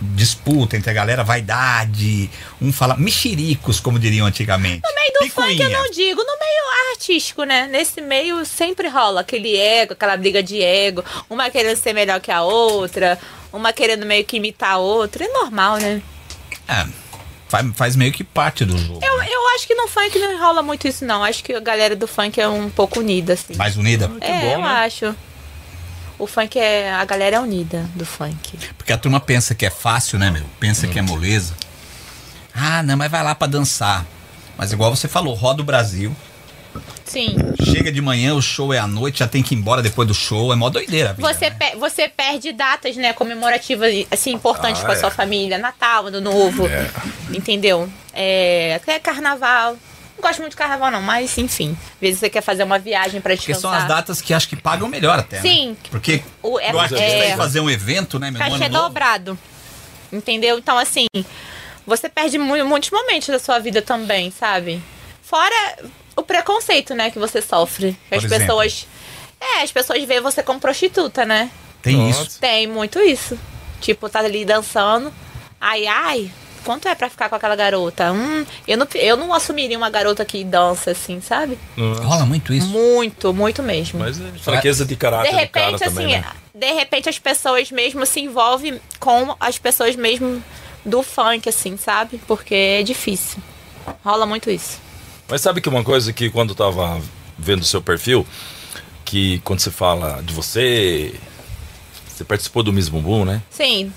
B: disputa entre a galera, vaidade. Um fala. Mexericos, como diriam antigamente.
D: No meio do funk eu não digo, no meio artístico, né? Nesse meio sempre rola aquele ego, aquela briga de ego, uma querendo ser melhor que a outra, uma querendo meio que imitar a outra. É normal, né?
B: É, faz, faz meio que parte do jogo. né?
D: Eu, eu acho que no funk não rola muito isso, não. Acho que a galera do funk é um pouco unida, assim.
B: Mais unida.
D: é,
C: bom,
D: eu
C: né?
D: acho. O funk é. A galera é unida do funk.
B: Porque a turma pensa que é fácil, né, meu? Pensa que é moleza. Ah, não, mas vai lá pra dançar. Mas igual você falou, roda o Brasil.
D: Sim.
B: Chega de manhã, o show é à noite, já tem que ir embora depois do show. É mó doideira. a vida,
D: Você,
B: né?
D: pe- você perde datas, né, comemorativas, assim, importantes
C: Ah,
D: com a
C: é.
D: sua família. Natal, Ano Novo,
C: É.
D: entendeu? É, até carnaval. Não gosto muito de carnaval, não, mas enfim. Às vezes você quer fazer uma viagem pra
B: Porque
D: descansar.
B: são as datas que acho que pagam melhor até. né?
D: um Sim.
B: Porque
D: O- é-
B: eu acho que
D: é-
B: tem que fazer um evento, né, meu no
D: Cachê
B: ano novo.
D: dobrado. Entendeu? Então, assim, você perde mu- muitos momentos da sua vida também, sabe? Fora o preconceito, né, que você sofre. Que as
B: Por exemplo?
D: pessoas. É, as pessoas veem você como prostituta, né?
B: Tem
C: Nossa.
B: isso.
D: Tem muito isso. Tipo, tá ali dançando. Ai, ai, quanto é pra ficar com aquela garota? Hum, eu não, eu não assumiria uma garota que dança assim, sabe?
B: Rola muito isso.
D: Muito, muito mesmo.
C: Mas é fraqueza de
D: de
C: caráter do cara
D: repente, assim,
C: também, né?
D: de repente as pessoas mesmo se envolvem com as pessoas mesmo do funk, assim, sabe? Porque é difícil. Rola muito isso.
C: Mas sabe que uma coisa que quando eu tava vendo o seu perfil, que quando você fala de você, você participou do Miss Bumbum, né?
D: Sim.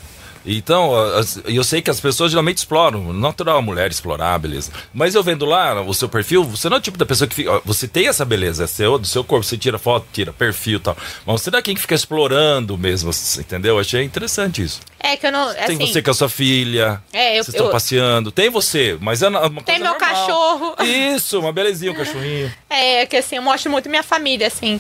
C: Então, as- eu sei que as pessoas geralmente exploram, natural a mulher explorar a beleza. Mas eu vendo lá o seu perfil, você não é o tipo da pessoa que fica. ó, Você tem essa beleza, é seu, do seu corpo, você tira foto, tira perfil e tal. Mas você não é quem que fica explorando mesmo, assim, entendeu? Eu achei interessante isso.
D: É que eu não.
C: tem
D: Assim,
C: você com a sua filha,
D: É, eu-
C: vocês estão
D: eu-
C: passeando, tem você, mas é uma coisa
D: Tem meu
C: normal.
D: cachorro.
C: Isso, uma belezinha, um cachorrinho.
D: É que assim, eu mostro muito minha família, assim.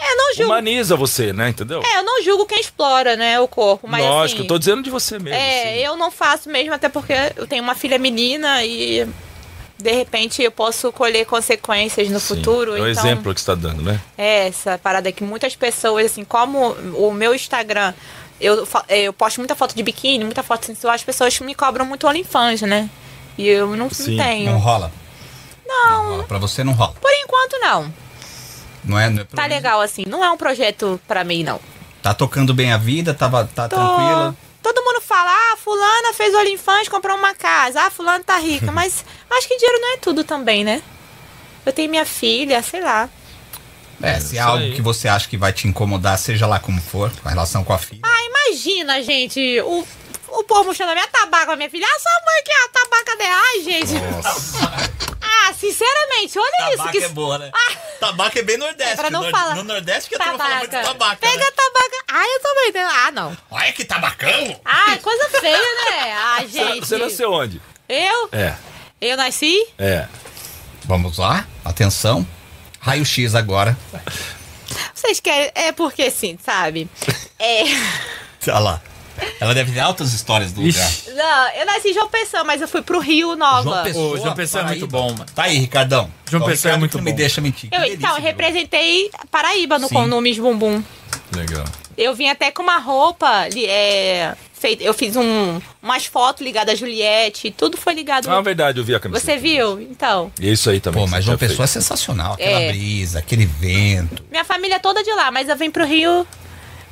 D: Eu não julgo.
C: Humaniza você, né? Entendeu?
D: É, eu não julgo quem explora, né, o corpo, mas
C: Lógico,
D: assim,
C: eu tô dizendo de você mesmo.
D: É,
C: assim.
D: eu não faço mesmo, até porque eu tenho uma filha menina e de repente eu posso colher consequências no
C: Sim.
D: futuro.
C: É o
D: então,
C: exemplo que você tá dando, né?
D: É essa parada que muitas pessoas, assim, como o meu Instagram, eu, fa- eh, eu posto muita foto de biquíni, muita foto sensual, as pessoas me cobram muito OnlyFans, né? E eu não, não
C: Sim,
D: tenho.
B: Não rola.
D: Não,
B: Rola. Pra você não rola.
D: por enquanto não.
B: Não é? Não é
D: Tá
B: problema.
D: legal, assim. Não é um projeto pra mim, não.
B: Tá tocando bem a vida, tava, tá
D: Tô-
B: tranquila.
D: Todo mundo fala, ah, fulana fez OnlyFans, comprou uma casa, ah, fulano tá rica, mas acho que dinheiro não é tudo também, né? Eu tenho minha filha, sei lá.
B: É, se é
C: isso
B: algo
C: aí.
B: que você acha que vai te incomodar, seja lá como for, com relação com a filha.
D: Ah, imagina, gente, o, o povo mostrando a minha tabaca, a minha filha, ah, sua mãe que é a tabaca dela, ai, gente.
C: Nossa.
D: Ah, sinceramente, olha isso. Que...
B: boa, né? Tabaco é bem nordeste.
D: É, pra não
B: no,
D: falar.
B: no Nordeste que a turma fala
D: Tabaca.
B: muito tabaca.
D: Pega
B: né?
D: a tabaca. Ai, eu também. tenho- Ah, não.
B: Olha que tabacão!
D: Ah, coisa feia, né? Ah, gente.
C: Você nasceu onde?
D: Eu?
C: É,
D: Eu nasci?
C: é.
B: Vamos lá, atenção. Raio-X agora.
D: Vocês querem. É porque sim, sabe? É.
B: Olha lá. Ela deve ter altas histórias do lugar.
A: Ixi.
D: Não, eu nasci em João Pessoa, mas eu fui pro Rio Nova.
A: Ô, João Pessoa é muito bom, mano.
B: Tá aí, Ricardão.
A: João
B: Ó, o
A: Pessoa é
B: Ricardo
A: muito
B: que não me
A: bom.
B: deixa mentir. Que
D: Eu,
B: delícia,
D: então, eu
B: viu?
D: representei Paraíba no,
B: Sim.
D: com, no Miss Bumbum.
C: Legal.
D: Eu vim até com uma roupa. li- É, feita, eu fiz um, umas fotos ligadas a Juliette, tudo foi ligado.
C: Ah, verdade, eu vi a camiseta.
D: Hum. Você viu? Então.
C: E é isso aí também.
B: Pô,
C: que
B: mas
C: você
B: João
C: tinha
B: Pessoa é sensacional. Aquela
D: É.
B: brisa, aquele vento.
D: Minha família é toda de lá, mas eu vim pro Rio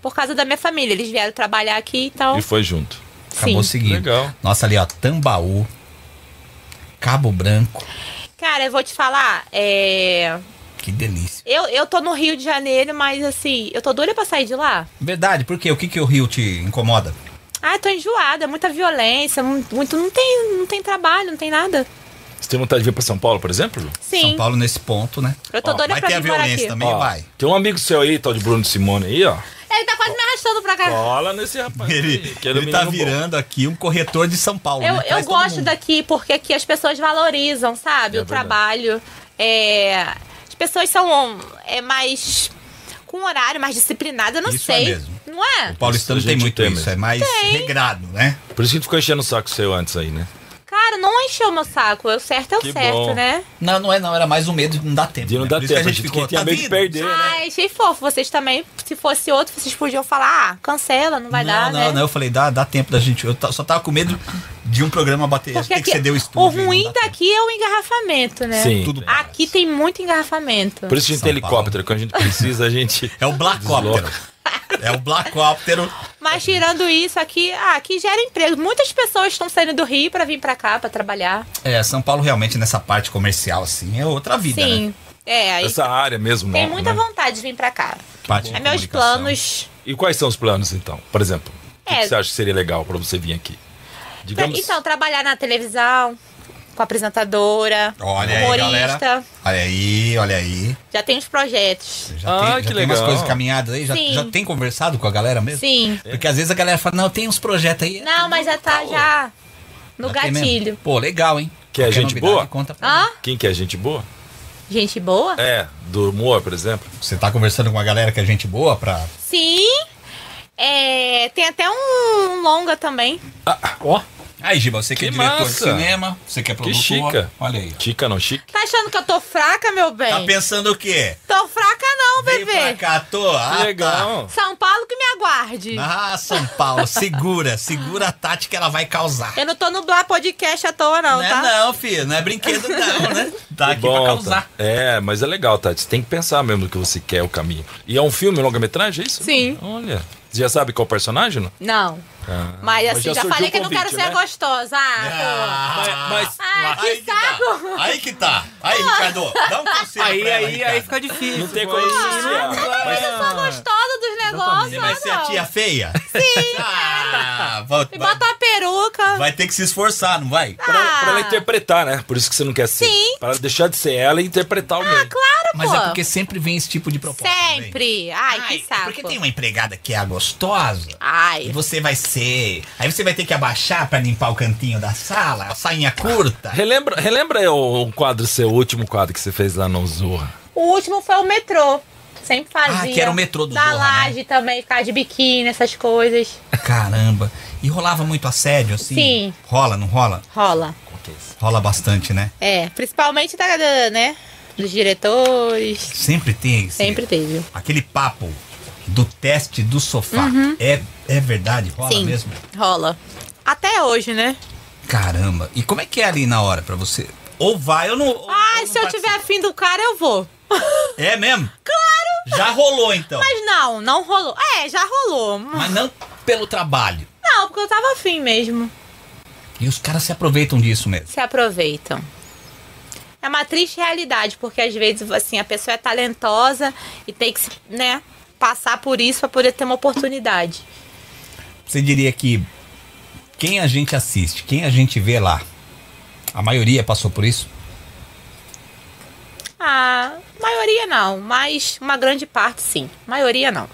D: por causa da minha família. Eles vieram trabalhar aqui, então.
C: feito. E foi junto.
B: Acabou
D: sim.
B: seguindo.
C: Legal.
B: Nossa, ali, ó, Tambaú. Cabo Branco.
D: Cara, eu vou te falar, é.
B: Que delícia.
D: Eu, eu tô no Rio de Janeiro, mas assim, eu tô doida pra sair de lá.
B: Verdade, por quê? O que, que o Rio te incomoda?
D: Ah, tô enjoada, é muita violência, mu- muito. Não tem, não tem trabalho, não tem nada.
C: Você tem vontade de vir pra São Paulo, por exemplo?
B: São
D: Sim.
B: Paulo nesse ponto, né?
D: Eu tô
B: Ó,
D: doida
B: vai
D: pra
B: ter a
D: vir morar
B: violência
D: aqui.
B: também,
C: Ó,
B: vai.
C: Tem um amigo seu aí, tal de Bruno Simone aí, ó.
D: Ele tá quase me arrastando pra cá.
C: Cola nesse rapaz. aí,
B: Ele,
C: que era um
B: ele tá
C: menino bom.
B: virando aqui um corretor de São Paulo.
D: Eu,
B: né?
D: eu
B: Traz todo
D: gosto
B: mundo.
D: daqui porque aqui as pessoas valorizam, sabe?
C: É
D: o
C: verdade.
D: trabalho. É, as pessoas são é, mais. com um horário, mais disciplinadas, eu não
B: Isso é
D: sei.
B: mesmo.
D: Não é?
B: O paulistano
C: Isso a
B: tem
C: gente
B: muito
C: tem
B: isso,
C: mesmo.
B: é mais regrado, né?
C: Por isso que tu ficou enchendo o saco seu antes aí, né?
D: Cara, não encheu meu saco. O certo é o
C: Que
D: certo,
C: bom.
D: né?
B: Não, não é não, era mais um medo de não dar tempo.
C: De não
B: né?
C: dar
B: Por isso
C: tempo,
B: que
C: a gente, ficou, tinha
B: tá
C: medo de
B: vindo?
C: perder, né?
D: Ai, achei fofo. Vocês também, se fosse outro, vocês podiam falar, ah, cancela, não vai
B: não,
D: dar,
B: não,
D: né?
B: não, eu falei, dá, dá tempo da gente. Eu ta- só tava com medo de um programa bater.
D: Porque
B: tem que
D: aqui,
B: ceder o
D: o
B: estúdio. né?
D: ruim
B: não dá tempo.
D: daqui é o engarrafamento, né?
C: Sim.
B: Tudo bem.
D: Aqui tem muito engarrafamento.
C: Por isso que a gente
B: São
C: tem helicóptero. Quando a gente precisa, a gente.
B: É o Blackóptero. É o Blackóptero.
D: Mas
B: assim.
D: tirando isso aqui, ah, aqui gera emprego. Muitas pessoas estão saindo do Rio pra vir pra cá pra trabalhar.
B: É, São Paulo realmente nessa parte comercial, assim, é outra vida, né?
D: Sim. É, aí
C: Essa área mesmo,
D: tem
C: nova,
D: muita
C: né?
D: vontade de vir pra cá.
B: Parte de
D: É meus
B: comunicação.
D: planos.
C: E quais são os planos, então? Por exemplo, o que
D: É.
C: que você acha que seria legal pra você vir aqui? Digamos.
D: Então, trabalhar na televisão, com apresentadora,
B: Olha aí,
D: humorista.
B: galera. Olha aí, olha aí.
D: já tem os projetos.
B: Já,
C: Ah,
B: tem, já
C: que
B: tem umas
C: legal.
B: coisas caminhadas aí? Já,
D: Sim.
B: já tem conversado com a galera mesmo?
D: Sim.
B: Porque às vezes a galera fala, não, tem uns projetos aí.
D: Não, mas já tá já no
B: Tem mesmo?
D: gatilho.
B: Tá Pô, legal, hein?
C: Que é
B: Qualquer
C: gente
B: novidade,
C: boa?
B: Conta pra
D: Hã?
B: mim.
C: Quem que é gente boa?
D: Gente boa?
C: É, do humor, por exemplo.
B: Você tá conversando com uma galera que é gente boa pra...
D: Sim. É, tem até um longa também.
A: Ó,
B: Aí, Giba, você que, é
C: Que
B: diretor
C: massa.
B: de cinema, você que é produtor.
C: chica.
B: Olha aí. ó.
C: Chica não, chique.
D: Tá achando que eu tô fraca, meu bem?
B: Tá pensando o quê?
D: Tô fraca não,
B: Vem pra
D: bebê.
B: cá, tô. Ah, tá.
C: legal.
D: São Paulo que me aguarde.
B: Ah, São Paulo, segura, segura a Tati que ela vai causar.
D: Eu não tô no Blá Podcast à toa, não,
B: Não é
D: Então tá?
B: não, filho, não é brinquedo não, né? Tá aqui pra causar.
C: Tá. É, mas é legal, Tati. Você tem que pensar mesmo do que você quer, o caminho. E é um filme, longa-metragem, é isso?
D: Sim.
C: Olha. Você já sabe qual personagem? Não?
D: Não. Mas assim,
C: Ah. já
D: já,
C: surgiu
D: falei
C: o
D: que eu não quero
C: convite,
D: ser
C: né?
D: gostosa. Ah,
B: Ah,
C: Mas,
D: pô. Ai, que saco.
B: Tá. Aí que tá. Aí, Ricardo, dá um conselho
A: aí,
B: pra ela,
A: aí,
B: Ricardo.
A: aí fica difícil.
C: não tem
A: pô.
C: como
A: Aí-
C: associar. Mas
D: Eu sou gostosa dos negócios,
B: Você
D: ah,
B: vai ser a
D: não.
B: tia feia? Sim. Ah, vai,
D: Me bota uma peruca.
B: vai ter que se esforçar, não vai?
C: pra, pra ela
D: Ah.
C: interpretar, né? Por isso que você não quer ser.
D: Sim.
C: Pra ela deixar de ser ela e interpretar o meio.
D: Ah, claro,
B: Mas
D: pô.
B: é porque sempre vem esse tipo de proposta. não vem?
D: Sempre. Ai,
B: Ai, é
D: que saco.
B: Porque tem uma empregada que é a gostosa. E
D: Ai.
B: você vai ser. Aí você vai ter que abaixar pra limpar o cantinho da sala, a sainha curta.
C: Relembra, relembra aí o, o quadro seu, o último quadro que você fez lá no Zorra.
D: O último foi o metrô. Sempre fazia.
B: Ah, que era o metrô do
D: Da
B: Zorra,
D: laje também, ficar de biquíni, essas coisas.
B: Caramba. E rolava muito assédio, assim?
D: Sim.
B: Rola, não rola?
D: Rola.
C: esquece.
B: Rola bastante, né?
D: É, principalmente da, da- né? Dos diretores.
B: Sempre tem. esse-
D: Sempre teve.
B: Aquele papo do teste do sofá. É, é verdade? Rola
D: Uhum. Sim.
B: mesmo?
D: Rola. Até hoje, né?
B: Caramba. E como é que é ali na hora pra você? Ou vai ou não. ou- ou
D: Ah,
B: não
D: se eu
B: participa.
D: tiver afim do cara, eu vou.
B: É mesmo? Claro! Já rolou então. Mas,
D: Mas não, não rolou. É, já rolou.
B: não pelo trabalho.
D: Não, porque eu tava afim mesmo.
B: E os caras se aproveitam disso mesmo.
D: Se aproveitam. É uma triste realidade, porque às vezes, assim, a pessoa é talentosa e tem que, né, passar por isso pra poder ter uma oportunidade.
B: Você diria que quem a gente assiste, quem a gente vê lá, a maioria passou por isso?
D: A maioria não, mas uma grande parte sim. Maioria não.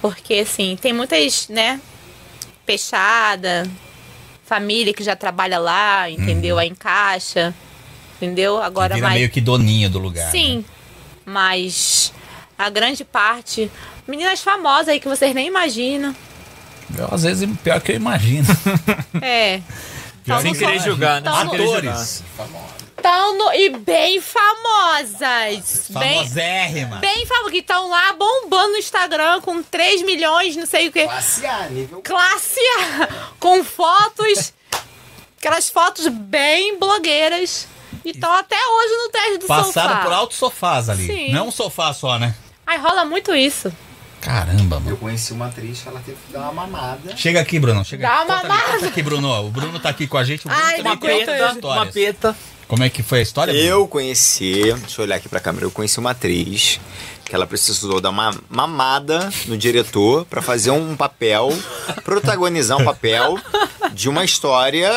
D: Porque, assim, tem muitas, né? Peixada, família que já trabalha lá, entendeu? Aí encaixa, entendeu?
B: Uhum. Que
D: Agora
B: vira
D: mais.
B: meio que doninha do lugar. né?
D: Sim, mas a grande parte. Meninas famosas aí que vocês nem imaginam.
B: Eu, às vezes pior que eu imagino.
D: É. Tão
A: Sem
D: no-
A: querer julgar, né?
D: tão
A: Sem
D: no-
A: querer
B: Atores.
D: tão no- e bem famosas. Bem,
B: Famosérrima.
D: bem famosas, que estão lá bombando no Instagram com 3 milhões, não sei o quê.
E: Classe A, nível. um.
D: Classe A, com fotos, aquelas fotos bem blogueiras. E estão até hoje no teste do
B: Passaram
D: sofá.
B: por altos sofás ali.
D: Sim.
B: Não é um sofá só, né?
D: Aí rola muito isso.
B: Caramba, mano.
E: Eu conheci uma atriz que ela teve que dar uma mamada.
B: Chega aqui, Bruno. Chega
D: Dá
B: aqui.
D: uma
B: Conta ali,
D: amada.
B: conta aqui, Bruno. O Bruno tá aqui com a gente. O Bruno
D: Ai,
B: também
D: me
B: tem
D: Então conta
B: outras
D: aí.
B: histórias.
A: peta.
C: Então
B: Como é que foi a história? Bruno?
E: Eu conheci, deixa eu olhar aqui pra câmera, eu conheci uma atriz que ela precisou dar uma mamada no diretor pra fazer um papel, protagonizar um papel de uma história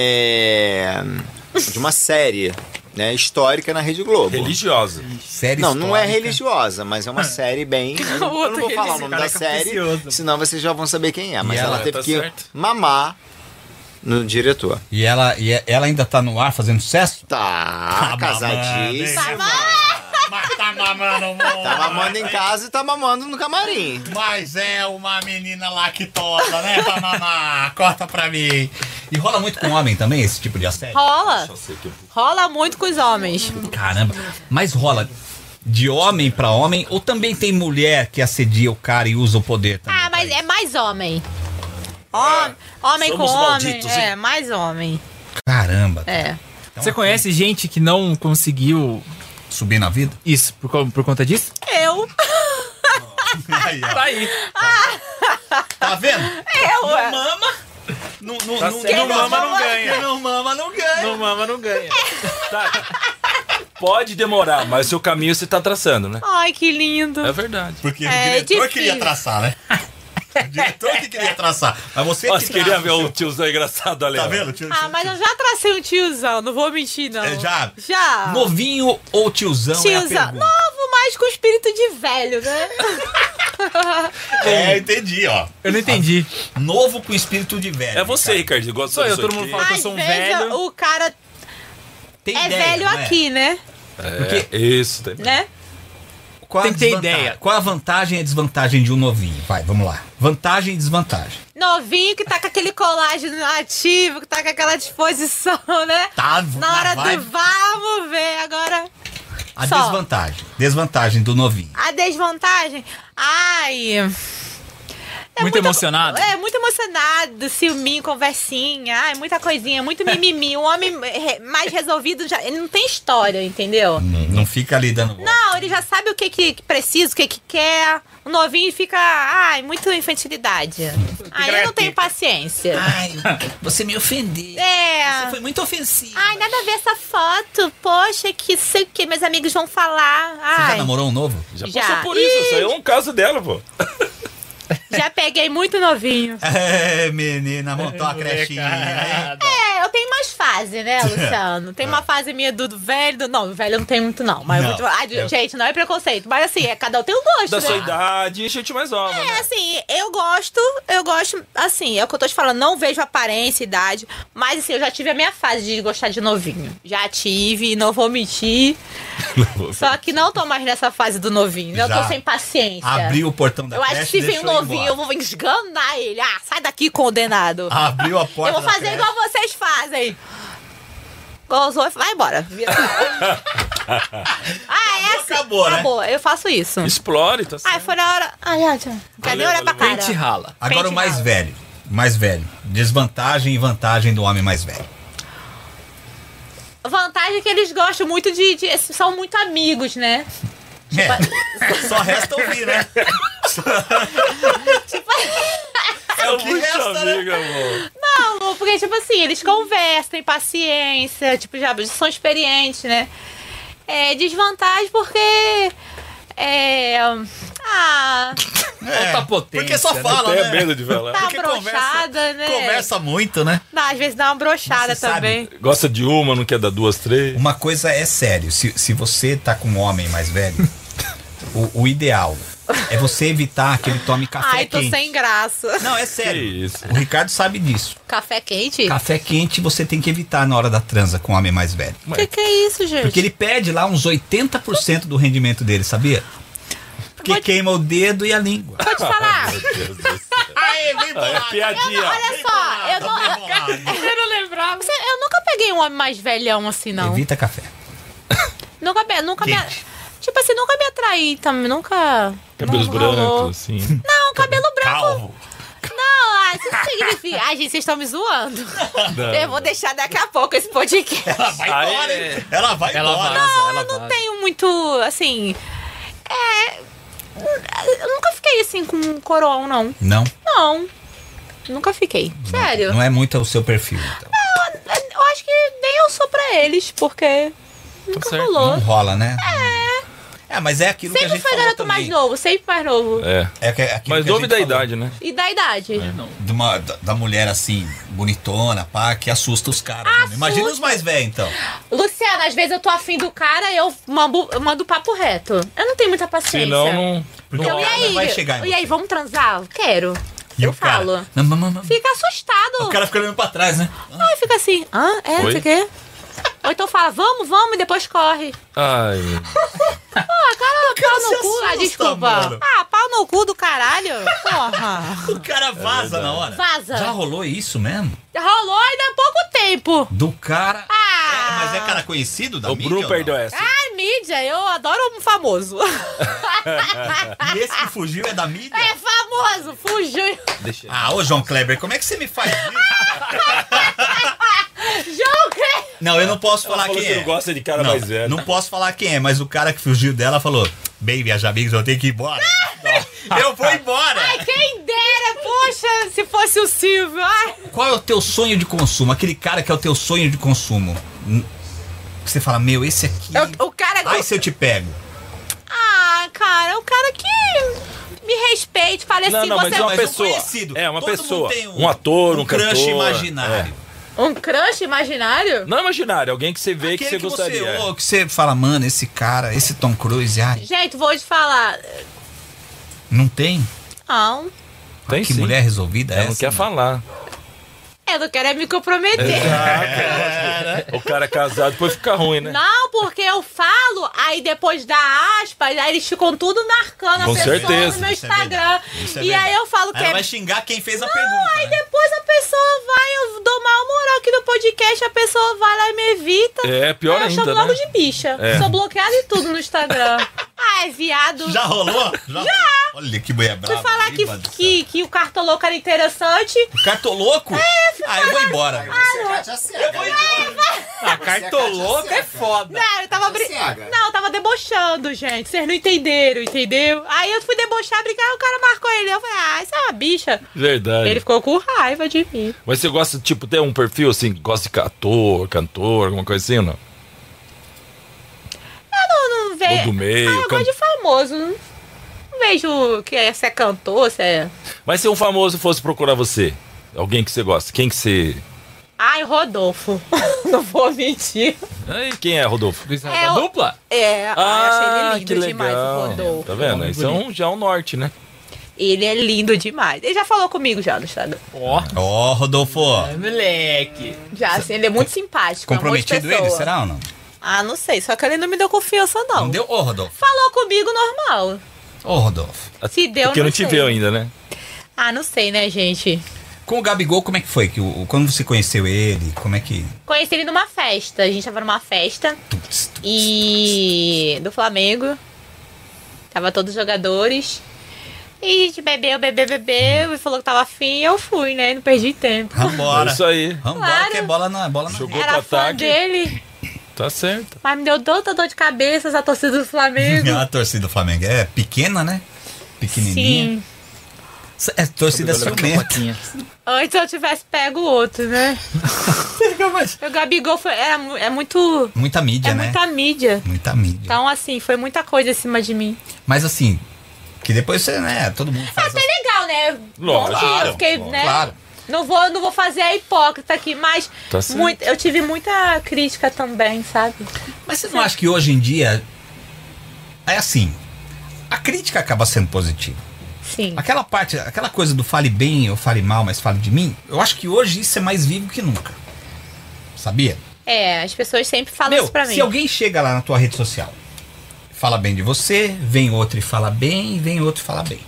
E: é, de uma série né, histórica na Rede Globo.
C: Religiosa.
B: Série
E: Não, não é
B: histórica.
E: religiosa, mas é uma série bem. Eu não, eu não vou falar o nome da
A: Caraca,
E: série,
A: vicioso.
E: senão vocês já vão saber quem é. Mas
B: ela-
E: ela, teve
C: tá
E: que
C: certo.
E: mamar no diretor.
B: E ela, e ela ainda tá no ar fazendo sucesso?
E: Tá,
B: Tá
E: casadíssima.
B: mamando, Mas tá mamando o
E: Tá mamando em casa e tá mamando no camarim.
B: Mas é uma menina lactosa, né, pra mamar? Corta pra mim. E rola muito com homem também, esse tipo de assédio?
D: Rola.
C: Eu sei que-
D: Rola muito com os homens.
B: Caramba. Mas rola de homem pra homem ou também tem mulher que assedia o cara e usa o poder também?
D: Ah, mas é mais homem. Hom- homem com
C: somos
D: homem.
C: malditos,
D: é, mais homem.
B: Caramba.
D: É.
A: Você conhece gente que não conseguiu
B: Subir na vida?
A: isso por, co- por conta disso?
D: Eu.
B: Aí, ó.
A: Tá aí.
B: Tá vendo?
D: Eu. é.
B: Mama. Não, não,
C: Tá certo. Não mama,
D: não
B: ganha. Não mama, não ganha.
A: Não mama, não ganha.
C: Tá. Pode demorar, mas seu caminho você tá traçando, né?
D: Ai, que lindo. Ah,
C: É verdade.
B: Porque
D: É
B: o diretor
D: difícil.
B: queria traçar, né? O diretor que queria traçar. Mas você
C: Nossa,
B: que
C: queria
B: traça
C: ver
B: o
C: o
B: seu-
C: tiozão engraçado ali.
B: Tá
C: ó.
B: vendo? Tio,
D: Ah, mas eu já tracei um tiozão, não vou mentir, não.
B: É, já?
D: Já.
B: Novinho ou tiozão? É a
D: tiozão.
B: pergunta.
D: Novo, mas com espírito de velho, né?
B: É, eu entendi, ó.
A: Eu não entendi.
B: Novo com espírito de velho.
C: É você,
B: cara.
C: Ricardo. Igual
A: Sou eu, todo mundo fala que eu
D: Às
A: sou um
D: vezes
A: velho.
D: o cara
B: Tem
D: é
B: ideia,
D: velho
B: não é?
D: aqui, né?
C: Porque... Isso, tem.
D: Né?
B: Qual a
A: Tem que ter
B: desvantagem?
A: ideia.
B: Qual a vantagem e a desvantagem de um novinho? Vai, vamos lá. Vantagem e desvantagem.
D: Novinho que tá com aquele colágeno ativo, que tá com aquela disposição, né?
B: Tá
D: Na hora
B: vibe.
D: do vamos ver agora.
B: A
D: Só.
B: desvantagem. Desvantagem do novinho.
D: A desvantagem? Ai. é
A: Muito emocionado?
D: É, muito emocionado, ciúminho, conversinha, ai, muita coisinha, muito mimimi. O homem re- mais resolvido já. Ele não tem história, entendeu?
B: Não, não fica ali dando volta.
D: Não, ele já sabe o que, que que precisa, o que, que quer. O novinho fica, ai, muito infantilidade. Aí eu não tenho paciência.
B: Ai, você me ofendeu.
D: É.
B: muito ofensivo.
D: Ai, nada a ver essa foto. Poxa, que sei o que meus amigos vão falar.
B: Você já
D: Ai,
B: namorou um novo?
C: Já,
D: Já.
C: passou por isso. Isso aí é um caso dela, pô.
D: já peguei muito novinho.
B: É, menina, montou uma crechinha.
D: É, eu tenho mais fase,
B: É.
D: né, Luciano? Tem uma fase minha do, do velho, do- não, do velho eu não tem muito não, mas
B: Não,
D: muito- ai,
B: eu-
D: gente, não é preconceito, mas assim, é cada um tem um gosto,
C: Da
D: né?
C: sua idade e gente mais nova.
D: É
C: né?
D: assim, eu gosto, eu gosto, assim, é o que eu tô te falando, não vejo aparência, idade, mas assim, eu já tive a minha fase de gostar de novinho. Já tive, não vou mentir. Só que não tô mais nessa fase do novinho. né? Eu
B: Já.
D: tô sem paciência.
B: Abriu o portão da
D: Eu acho que
B: creche,
D: se vem um
B: deixou ir
D: novinho, eu
B: embora.
D: vou esganar ele. Ah, sai daqui, condenado.
B: Abriu a porta.
D: eu vou
B: da
D: fazer
B: creche.
D: igual vocês fazem. Gozou, e vai embora. Vira- ah, é assim.
B: acabou, né?
D: Acabou, eu faço isso.
C: Explore, tá certo.
D: Ai, foi na hora. Ai, já, já. Não quero É. nem olhar pra cara.
A: Pente rala.
B: Agora o
D: Pente
B: mais
D: rala.
B: velho. Mais velho. Desvantagem e vantagem do homem mais velho.
D: Vantagem é que eles gostam muito de. de- são muito amigos, né?
B: É. Só resta ouvir, né?
C: É
B: que
C: muito
B: resta, né?
C: amigo, amor.
D: Não, porque, tipo assim, eles conversam, têm paciência, tipo, já são experientes, né? É desvantagem porque. É. Ah,
C: É.
A: Falta potência.
B: Porque só
A: né?
B: fala,
C: Tenha
B: né?
C: medo de falar.
D: tá
B: Porque
D: brochada,
B: conversa,
D: né?
B: Conversa muito, né?
D: Dá, às vezes dá uma brochada
B: Você sabe.
D: também.
C: Gosta de uma, não quer dar duas, três.
B: Uma coisa é sério, se, se você tá com um homem mais velho, o, o ideal é você evitar que ele tome café
D: Ai, tô
B: quente.
D: sem graça.
B: Não, é
C: Que
B: sério.
C: isso.
B: O Ricardo sabe disso.
D: Café quente?
B: Café quente você tem que evitar na hora da transa com o homem mais velho.
D: Que que é isso, gente?
B: Porque ele perde lá uns 80% do rendimento dele, sabia? Porque
D: Pode-
B: queima o dedo e a língua.
D: Pode falar.
C: Meu Deus do céu.
B: Aê, vem
C: É piadinha.
D: Olha só, eu, não-
A: Eu não lembrava.
D: Você- eu nunca peguei um homem mais velhão assim, não.
B: Evita café.
D: Nunca, me- nunca me.
B: Quente.
D: Tipo assim, nunca me atraí também, nunca.
C: Cabelos
D: não rolou.
C: brancos, assim.
D: Não, cabelo branco.
B: Calvo.
D: Não, ah, isso não significa. Ai, gente, vocês estão me zoando.
C: Não.
D: Eu vou deixar daqui a pouco esse podcast.
B: Ela vai
C: Aê.
B: embora, hein? Ela vai
A: Ela
B: embora.
A: vaza, ela
D: Eu não
A: vaza.
D: tenho muito, assim. É. Eu nunca fiquei assim com um coroão, não.
B: Não,
D: Não. Nunca fiquei. Sério.
B: não é muito o seu perfil. Então.
D: Eu, eu acho que nem eu sou pra eles, porque. Nunca
A: certo.
D: rolou.
B: Não rola, né? É. mas é aquilo que a
D: Sempre
B: gente
D: foi
B: falou
D: garoto
B: também.
D: mais novo, sempre mais novo.
C: É.
B: É que- é aquilo
C: Mas
B: que a
C: dúvida da
B: gente falou.
C: idade, né?
D: E da idade.
B: De uma, da, da mulher assim, bonitona, pá, que assusta os caras. né? Imagina os mais velhos, então.
D: Luciana, às vezes eu tô afim do cara e eu mando, eu mando papo reto. Eu não tenho muita paciência.
C: Se não, não.
B: Porque
D: Então,
B: o
D: e
B: cara
D: aí?
B: vai chegar em
D: e aí,
B: você.
D: vamos transar? Quero.
B: E
D: eu
B: o cara?
D: falo.
B: Não, não, não, não.
D: Fica assustado.
B: O cara fica olhando pra trás, né?
D: Ai, fica assim. Hã? É, não
C: Oi?
D: sei o quê. Ou então fala, vamos, vamos, e depois corre.
C: Ai.
D: Ah, cara, pau
B: se
D: no cu. Ah,
B: assusta,
D: desculpa.
B: mano.
D: Ah, pau no cu do caralho. Porra.
B: O
C: É
B: cara vaza na hora.
D: Vaza.
B: Já rolou isso mesmo?
D: Rolou ainda há pouco tempo.
B: Do cara.
D: Ah.
B: É, mas é cara conhecido da
C: O
B: mídia?
C: Bruno
B: ou não? É,
C: perdeu essa.
D: Ah, mídia, eu adoro um famoso.
B: E esse que fugiu é da mídia?
D: é famoso, fugiu.
C: Deixa
B: Ah, ô João Kleber, como é que você me faz isso?
D: João Kleber.
B: Não, eu não posso
C: Ela
B: falar
C: falou
B: quem
C: que
B: é.
C: não gosta de cara
B: não,
C: mais velho.
B: não posso falar quem é, mas o cara que fugiu dela falou: Baby, as amigas vão ter que ir embora. eu vou embora.
D: Ai, quem dera, poxa, se fosse o Silvio. Ai.
B: Qual é o teu sonho de consumo? Aquele cara que é o teu sonho de consumo. Hum, que Você fala, meu, esse aqui.
D: Eu- É o cara.
B: Ai, se eu te pego.
D: Ah, cara, o cara que me respeite, fala assim,
C: Não, não, mas
D: você
C: é uma
B: Mas um
C: pessoa.
B: conhecido.
C: É, uma
B: Todo mundo
C: pessoa.
B: tem
C: Um ator, um
B: crush
C: cantor, é.
B: imaginário.
D: Um crush imaginário?
C: Não é imaginário, alguém que você vê
B: Aquele
C: que você gostaria.
B: é Você, ô, que você fala, mano, esse cara, esse Tom Cruise, ai,
D: Gente, vou te falar.
B: não tem?
D: Não.
C: Tem
B: que
C: sim.
B: mulher resolvida é
C: Ela
B: essa?
C: não quer
B: mano?
C: falar.
D: Eu não quero é me comprometer.
C: O cara é casado, depois fica ruim, né?
D: Não, porque eu falo, aí depois dá aspas, aí eles ficam tudo marcando
C: Com
D: a pessoa
C: certeza.
D: no meu
B: Isso é
D: Instagram.
B: verdade. Isso é
D: e aí
B: verdade.
D: eu falo que
B: Ela
D: é
B: vai xingar quem fez a
D: Não,
B: pergunta.
D: aí
B: né?
D: depois a pessoa vai, eu dou mal moral aqui no podcast, a pessoa vai lá e me evita.
C: É, pior
D: aí eu
C: ainda,
D: chamo logo
C: né?
D: de bicha.
C: É.
D: Sou bloqueada e tudo no Instagram. ah, é viado.
B: Já rolou? Já. Olha que mulher brava.
D: Fui falar que,
B: bêbada.
D: que, que o cartoloco era interessante.
B: Cartoloco? ah, eu vou embora.
C: é
A: Ah, cartoloco é foda.
D: Não, eu tava brin...
E: Sossega.
D: Não, eu tava debochando, gente. Vocês não entenderam, entendeu? Aí eu fui debochar, brincar, o cara marcou ele. Eu falei, ah, isso é uma bicha.
C: Verdade.
D: Ele ficou com raiva de mim.
C: Mas você gosta, tipo, ter um perfil assim, gosta de ator, cantor, alguma coisa assim, não?
D: Eu não, não
C: Ou
D: vejo.
C: do meio.
D: Ah, eu
C: can-
D: gosto de famoso. Não vejo que é, se é cantor, se é.
C: Mas se um famoso fosse procurar você, alguém que você gosta, quem que você.
D: Ai, Rodolfo. Não vou mentir.
C: Ai, quem é, Rodolfo?
A: Luiz Rosa
D: É, o-
A: dupla?
D: É,
C: Ah,
D: ai, achei ele
C: que
D: lindo demais, o
C: legal.
D: Rodolfo.
C: Tá vendo?
A: Homem
C: Isso é um, já é um norte, né?
D: Ele é lindo demais. Ele já falou comigo já no Instagram.
A: Ó,
B: Ô, Rodolfo.
A: moleque.
D: Já, assim, ele é muito simpático. é um amor de
B: Comprometido ele,
D: pessoa.
B: será ou não?
D: Ah, não sei. Só que ele não me deu confiança, não.
B: Não deu? Ô, Rodolfo.
D: Falou comigo normal.
B: Ô, Rodolfo.
D: Se deu,
C: Porque
D: não
C: não te
D: sei.
C: viu ainda, né?
D: Ah, não sei, né, gente?
B: Com o Gabigol, como é que foi? Que o, quando você conheceu ele? Como é que.
D: Conheci ele numa festa. A gente tava numa festa
B: Tuts, tuts.
D: e do Flamengo. Tava todos os jogadores. E a gente bebeu, bebeu, bebeu e falou que tava afim. E eu fui, né? Não perdi tempo.
B: Vambora.
C: É isso aí.
B: Vambora,
D: Claro.
B: que é bola na. Bola na...
C: Jogou
D: Era
C: pro
D: fã
C: ataque.
D: dele,
C: Tá certo.
D: mas me deu tanta dor de cabeça essa torcida do Flamengo.
B: A torcida do Flamengo é pequena, né? Pequenininha.
D: Sim.
B: S- É torcida ciumenta.
D: Antes eu tivesse pego o outro, né? O Gabigol foi, era, mu- é muito.
B: Muita mídia,
D: é
B: né?
D: muita mídia.
B: Muita mídia.
D: Então, assim, foi muita coisa em cima de mim.
B: Mas assim, que depois você, né? Todo mundo faz.
D: Foi legal, né?
C: Lógico,
D: Bom dia, eu fiquei,
C: claro.
D: né?
B: Claro.
D: Não vou, não vou fazer a hipócrita aqui, mas
C: Tá certo.
D: muito, eu tive muita crítica também, sabe?
B: Mas você não acha que hoje em dia. É assim. A crítica acaba sendo positiva.
D: Sim.
B: Aquela parte, aquela coisa do fale bem ou fale mal, mas fale de mim, eu acho que hoje isso é mais vivo que nunca. Sabia?
D: É, as pessoas sempre falam
B: Meu,
D: isso pra mim.
B: se alguém chega lá na tua rede social, fala bem de você, vem outro e fala bem, e vem outro e fala bem.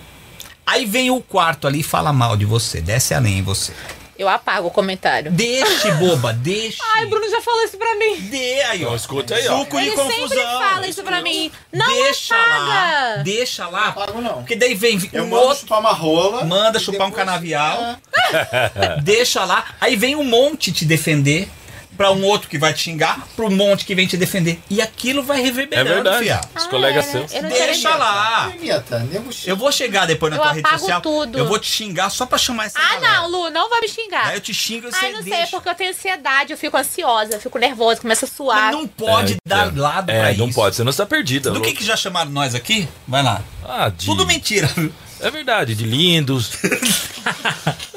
B: Aí vem o quarto ali e fala mal de você, desce além em você.
D: Eu apago o comentário.
B: Deixe, boba, deixe.
D: Ai, Bruno já falou isso pra mim.
B: Dê aí, ó.
C: Ó, escuta aí, ó.
B: Suco de
D: Ele
B: confusão.
D: sempre fala isso pra mim. Não
B: deixa
D: apaga!
B: lá, deixa lá.
F: pago, não.
B: Porque daí vem
F: Eu
B: um
F: mando
B: outro,
F: chupar uma rola.
B: manda
F: e
B: chupar um
F: depois-
B: canavial, deixa lá. Aí vem um monte te defender, pra um outro que vai te xingar, pro monte que vem te defender. E aquilo vai
C: É
B: reverberando,
C: verdade.
B: fiado.
C: Os
D: Ah,
C: colegas
D: era.
C: seus.
D: Eu não
B: Deixa
D: tinha-
F: Ah,
B: lá.
F: Vinheta, nego
B: Eu vou chegar depois na
D: Eu
B: tua rede
D: apago
B: social.
D: tudo.
B: Eu vou te xingar só pra chamar essa
D: Ah,
B: galera.
D: não, Lu, não vai me xingar.
B: Aí eu te xingo e você
D: Ai, não sei, é
B: deixa.
D: porque eu tenho ansiedade, eu fico ansiosa, eu fico nervosa, começo a suar.
B: Mas não pode
C: É,
B: dar
C: entendo.
B: lado pra
C: É, não
B: isso.
C: pode, senão você tá perdida.
B: Do que que já chamaram nós aqui? Vai lá.
C: Ah, de...
B: Tudo mentira.
C: É verdade, de lindos.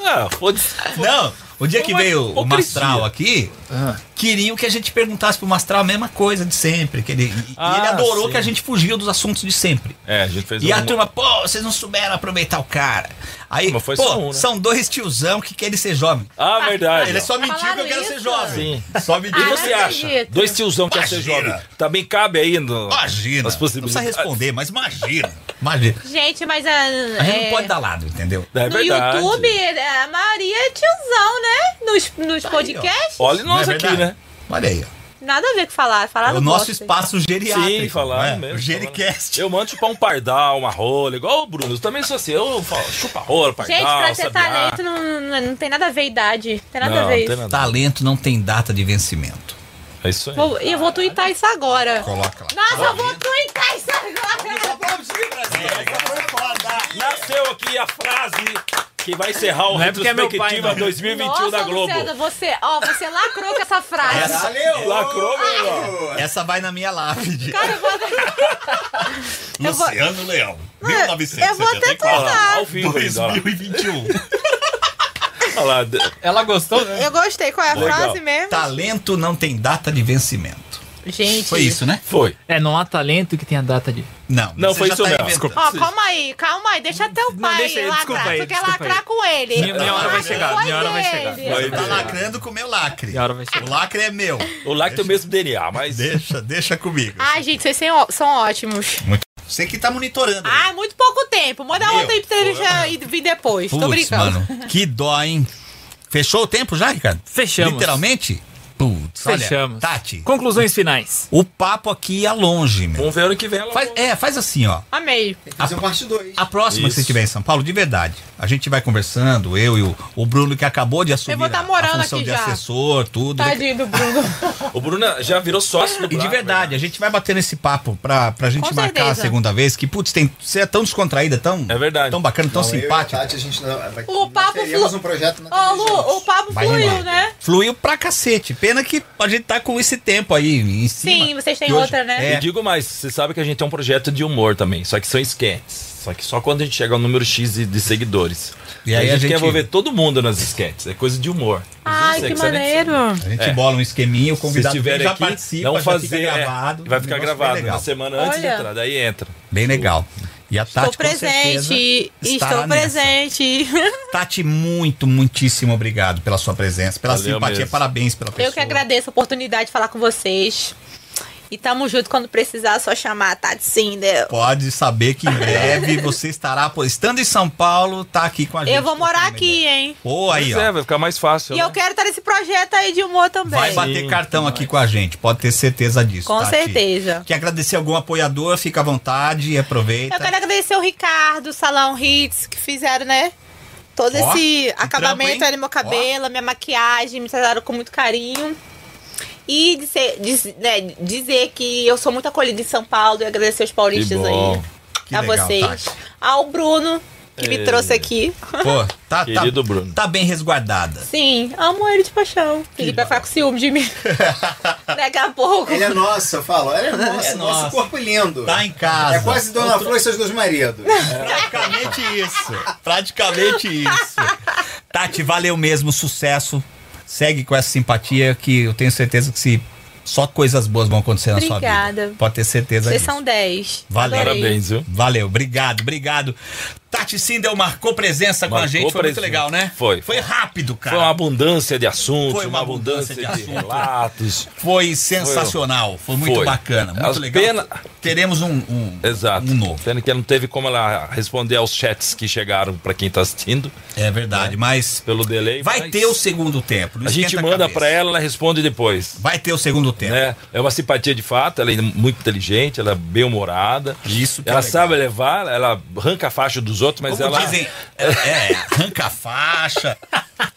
C: ah, foda-se.
B: Não, o dia que
C: Uma
B: veio o
C: hipocrisia.
B: Mastral aqui,
C: Ah.
B: queriam que a gente perguntasse pro Mastral a mesma coisa de sempre. Que ele, e
C: Ah,
B: ele adorou
C: sim.
B: que a gente fugiu dos assuntos de sempre.
C: É, a gente fez
B: E
C: um-
B: a turma, pô, vocês não souberam aproveitar o cara. Aí,
C: Mas foi
B: pô,
C: só um, né?
B: são dois tiozão que querem ser jovem.
C: Ah, verdade.
B: Ele
C: ó.
B: só mentiu que eu
D: Falaram
B: quero ser
D: Tá isso?
B: jovem. Só mentiu.
C: E
D: Ah,
C: você
D: não
C: acha?
D: acredito.
C: Dois tiozão que quer ser
B: Imagina.
C: jovem. Também cabe aí no,
B: Imagina.
C: as
B: Não precisa
C: possibilidades.
B: responder, mas imagina. Imagina.
D: Gente, mas a.
B: A gente
D: é,
B: não pode dar lado, entendeu?
C: É
D: no
C: verdade.
D: YouTube, é, a maioria é tiozão, né? Nos, nos podcasts.
C: Olha nós
B: Não é
C: aqui,
B: verdade?
C: né?
B: Olha aí, ó.
D: Nada a ver com falar. Falar
B: É o
D: não
B: nosso
D: gosta.
B: espaço
D: então.
B: geriátrico.
C: Sim, falaram
B: né?
C: mesmo.
B: O Gericast.
C: Eu mando chupar um pardal, uma rola, igual o Bruno. Eu também sou assim. Eu falo, chupa rola, pardal,
D: Gente, pra ter
C: sabiá.
D: talento não, não, não tem nada a ver idade. Não tem
C: Não,
D: nada a
C: não
D: ver
C: tem
D: isso.
B: Tá.
C: nada.
B: Talento não tem data de vencimento.
C: É isso aí.
D: Vou- E eu vou twittar isso agora.
B: Coloca lá.
D: Nossa, eu vou twittar isso agora.
C: Nasceu aqui a frase que vai encerrar o
A: Não é porque é meu pai,
C: Retrospectiva
A: não.
C: 2021
D: Nossa, é
C: da Globo.
D: Luciana, você, ó, você lacrou com essa frase.
B: Essa,
C: Lacrou, meu irmão.
B: essa vai na minha lápide.
D: Cara, eu vou, eu vou,
B: Leão,
D: eu vou até
C: Olha
D: twittar.
C: lá, ao vivo ainda, olha lá.
B: 2021.
C: Olha lá, de-
A: Ela gostou, né?
D: Eu gostei. Qual é a
C: Legal.
D: frase mesmo?
B: Talento não tem data de vencimento.
D: Gente.
B: Foi isso, né?
C: Foi.
A: É, não há talento que tenha data de.
B: Não,
C: Não,
B: você
C: foi
B: já
C: isso
B: tá
C: mesmo.
B: inventando.
C: Desculpa.
D: Ó, calma aí, calma aí. Deixa teu
A: Não,
D: pai
A: deixa aí, desculpa
D: lacrar.
A: aí,
D: Tu quer
A: desculpa
D: lacrar
A: aí.
D: com ele.
A: Minha- minha hora vai
D: Lacra
A: chegar,
D: com
A: minha hora vai
D: ele.
A: chegar.
C: Vai
B: Tá
C: ver.
B: lacrando com o meu lacre.
A: Que hora vai chegar?
B: O lacre é meu.
C: O Lac tem o mesmo DNA, mas.
B: Deixa, deixa comigo.
D: Ai, gente, vocês são, são ótimos.
B: Você que tá monitorando. aí.
D: Ai, muito pouco tempo. Manda
B: Meu,
D: outra entrevista e vim depois. Tô
B: Putz,
D: brincando.
B: mano, que dó, hein? Fechou o tempo já, Ricardo?
A: Fechamos.
B: Literalmente? Putz, olha,
A: Fechamos.
B: Tati,
A: Conclusões finais.
B: o papo aqui ia longe, meu.
C: Vamos ver ano que vem ela.
B: Faz- é, faz assim, ó.
D: Amei.
F: Fazer um parte 2.
B: A próxima que
C: Isso.
B: você estiver em São Paulo, de verdade, a gente vai conversando, eu e o, o Bruno que acabou de assumir
D: Eu vou tá
B: a- a
D: morando
B: função
D: aqui
B: de
D: já. Tá
B: assessor, tudo.
D: Tadinho do Bruno.
C: O Bruno já virou sócio do
B: E de
C: Braga,
B: verdade, a gente vai bater nesse papo pra, pra gente
D: Com
B: marcar a
D: certeza.
B: segunda vez, que, putz, tem, você é tão descontraída, tão,
C: É verdade.
B: tão bacana, tão
F: Não, eu e a
B: simpática.
F: Tati, a gente não, vai,
D: O papo
F: nós teríamos
D: flu-
F: um projeto na
D: Ó,
F: TV juntos.
D: Lu, o papo
B: Vai
D: fluiu,
B: rolar.
D: né?
B: Fluiu pra cacete. Pena que a gente tá com esse tempo aí em cima.
D: Sim, vocês têm
B: Que hoje-
D: outra,
B: É.
D: né?
C: E digo mais, você sabe que a gente tem um projeto de humor também, só que são esquetes. Só que só quando a gente chega ao número X de, de seguidores. Então
B: E aí
C: a gente,
B: a gente-
C: quer envolver todo mundo nas esquetes. É coisa de humor.
D: Ai,
C: Não sei,
D: que
A: é
C: você nem
D: maneiro.
B: A gente bola um esqueminha, o
C: Se
B: convidado vem,
C: estiver
B: já
C: aqui,
B: participa,
C: não
B: já
C: fazer.
B: fica gravado.
C: é, vai ficar
B: Um negócio bem
C: gravado
B: legal.
C: na semana antes de
D: Olha.
C: entrar, daí entra.
B: Bem legal. E a Tati,
D: Estou
B: com
D: presente.
B: certeza, estará
D: Estou
B: nessa.
D: presente.
B: Tati, muito, muitíssimo obrigado pela sua presença, pela
C: Valeu
B: simpatia,
C: mesmo.
B: parabéns pela pessoa.
D: Eu que agradeço a oportunidade de falar com vocês. E tamo junto quando precisar, só chamar, tá? Sim, né?
B: Pode saber que em breve você estará, pô, estando em São Paulo, tá aqui com a gente.
D: Eu vou morar
B: trocando ideia.
D: aqui, hein?
B: Pô, aí,
C: Pois é,
B: ó.
C: vai ficar mais fácil.
D: E
C: né?
D: eu quero estar nesse projeto aí de humor também.
B: Vai bater cartão aqui com a gente, pode ter certeza disso.
D: Com
B: Tati.
D: certeza.
B: Quer agradecer algum apoiador, fica à vontade e aproveita.
D: Eu quero agradecer o Ricardo, o Salão Hits, que fizeram, né? Todo
B: Ó, que
D: esse
B: trampo,
D: acabamento
B: hein?
D: aí no meu cabelo, minha maquiagem, me trataram com muito carinho. E dizer, diz- né, dizer que eu sou muito acolhida em São Paulo e agradecer os paulistas
C: Que bom.
D: aí.
B: Que
D: a
B: legal,
D: vocês.
B: Tati.
D: Ao Bruno, que me trouxe aqui.
B: Pô, tá, tá-
C: Querido Bruno.
B: tá bem resguardada.
D: Sim, amo ele de paixão. Pedi pra ficar com ciúme de mim. Daqui a pouco.
F: Ele é nosso, eu falo. Ele é nosso,
B: nosso.
F: nosso corpo lindo.
B: Tá em casa.
F: É quase Dona Flor e seus dois maridos.
B: Praticamente isso. Praticamente isso. Tati, valeu mesmo, sucesso. Segue com essa simpatia que eu tenho certeza que se só coisas boas vão acontecer na sua
D: Obrigada.
B: vida. Pode ter certeza
D: Vocês
B: disso.
D: são 10.
B: Valeu.
D: Adorei.
C: Parabéns, viu?
B: Valeu, obrigado, obrigado. Tati Sindel marcou presença com a
C: Marcou
B: gente, foi
C: presença.
B: muito legal, né?
C: Foi.
B: Foi rápido, cara.
C: Foi uma abundância de assuntos,
B: Tá. Foi uma
C: uma abundância de,
B: abundância de assunto.
C: relatos.
B: Foi sensacional, foi muito
C: Foi.
B: bacana, muito
C: As
B: legal.
C: pena-
B: Teremos um, um,
C: Exato.
B: um novo.
C: Pena que não teve como ela responder aos chats que chegaram pra quem tá assistindo
B: É verdade, mas
C: pelo delay.
B: vai
C: mas
B: ter o segundo tempo. não
C: Né? A gente
B: esquenta
C: manda
B: cabeça.
C: pra ela, ela responde depois.
B: Vai ter o segundo tempo.
C: Né? É uma simpatia de fato, ela é muito inteligente, ela é bem humorada.
B: Isso que é
C: Ela
B: legal.
C: sabe levar, ela arranca a faixa dos outros, mas
B: Como
C: ela.
B: dizem, é, é, arranca a faixa,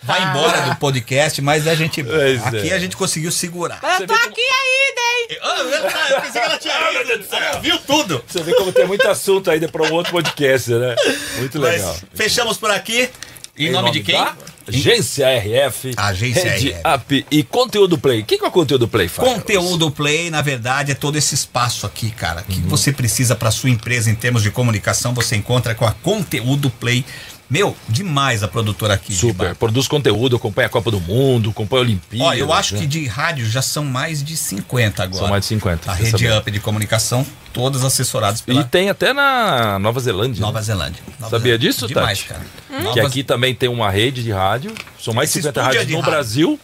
B: vai embora do podcast, mas a gente.
C: Pois
B: aqui
C: é.
B: a gente conseguiu segurar.
D: Mas eu tô aqui ainda, hein?
B: Ah, eu pensei que ela tinha lido, ela viu tudo.
C: Você vê como tem muito assunto ainda pra um outro podcast, né? Muito
B: Mas
C: legal.
B: fechamos por aqui. Em,
C: Em
B: nome, de quem?
C: da Agência RF.
B: Agência
C: Rede
B: RF.
C: Up e Conteúdo Play. O que, que é o Conteúdo Play faz?
B: Conteúdo Play, na verdade, é todo esse espaço aqui, cara, que você precisa para sua empresa em termos de comunicação, você encontra com a Conteúdo Play. Meu, demais a produtora aqui.
C: Super. Produz conteúdo, acompanha a Copa do Mundo, acompanha a Olimpíada.
B: Ó, eu acho
C: né?
B: que de rádio já são mais de 50 agora.
C: São mais de 50,
B: A
C: você
B: rede
C: sabia.
B: Up de comunicação, todas assessoradas pela
C: E tem até na Nova Zelândia.
B: Nova
C: né?
B: Zelândia. Nova
C: Sabia
B: Zelândia.
C: disso,
B: Demais,
C: Tati?
B: cara.
C: Que
B: Nova-
C: aqui também tem uma rede de rádio. São mais de
B: Esse
C: 50
B: estúdio
C: rádios
B: é de
C: no
B: rádio.
C: Brasil.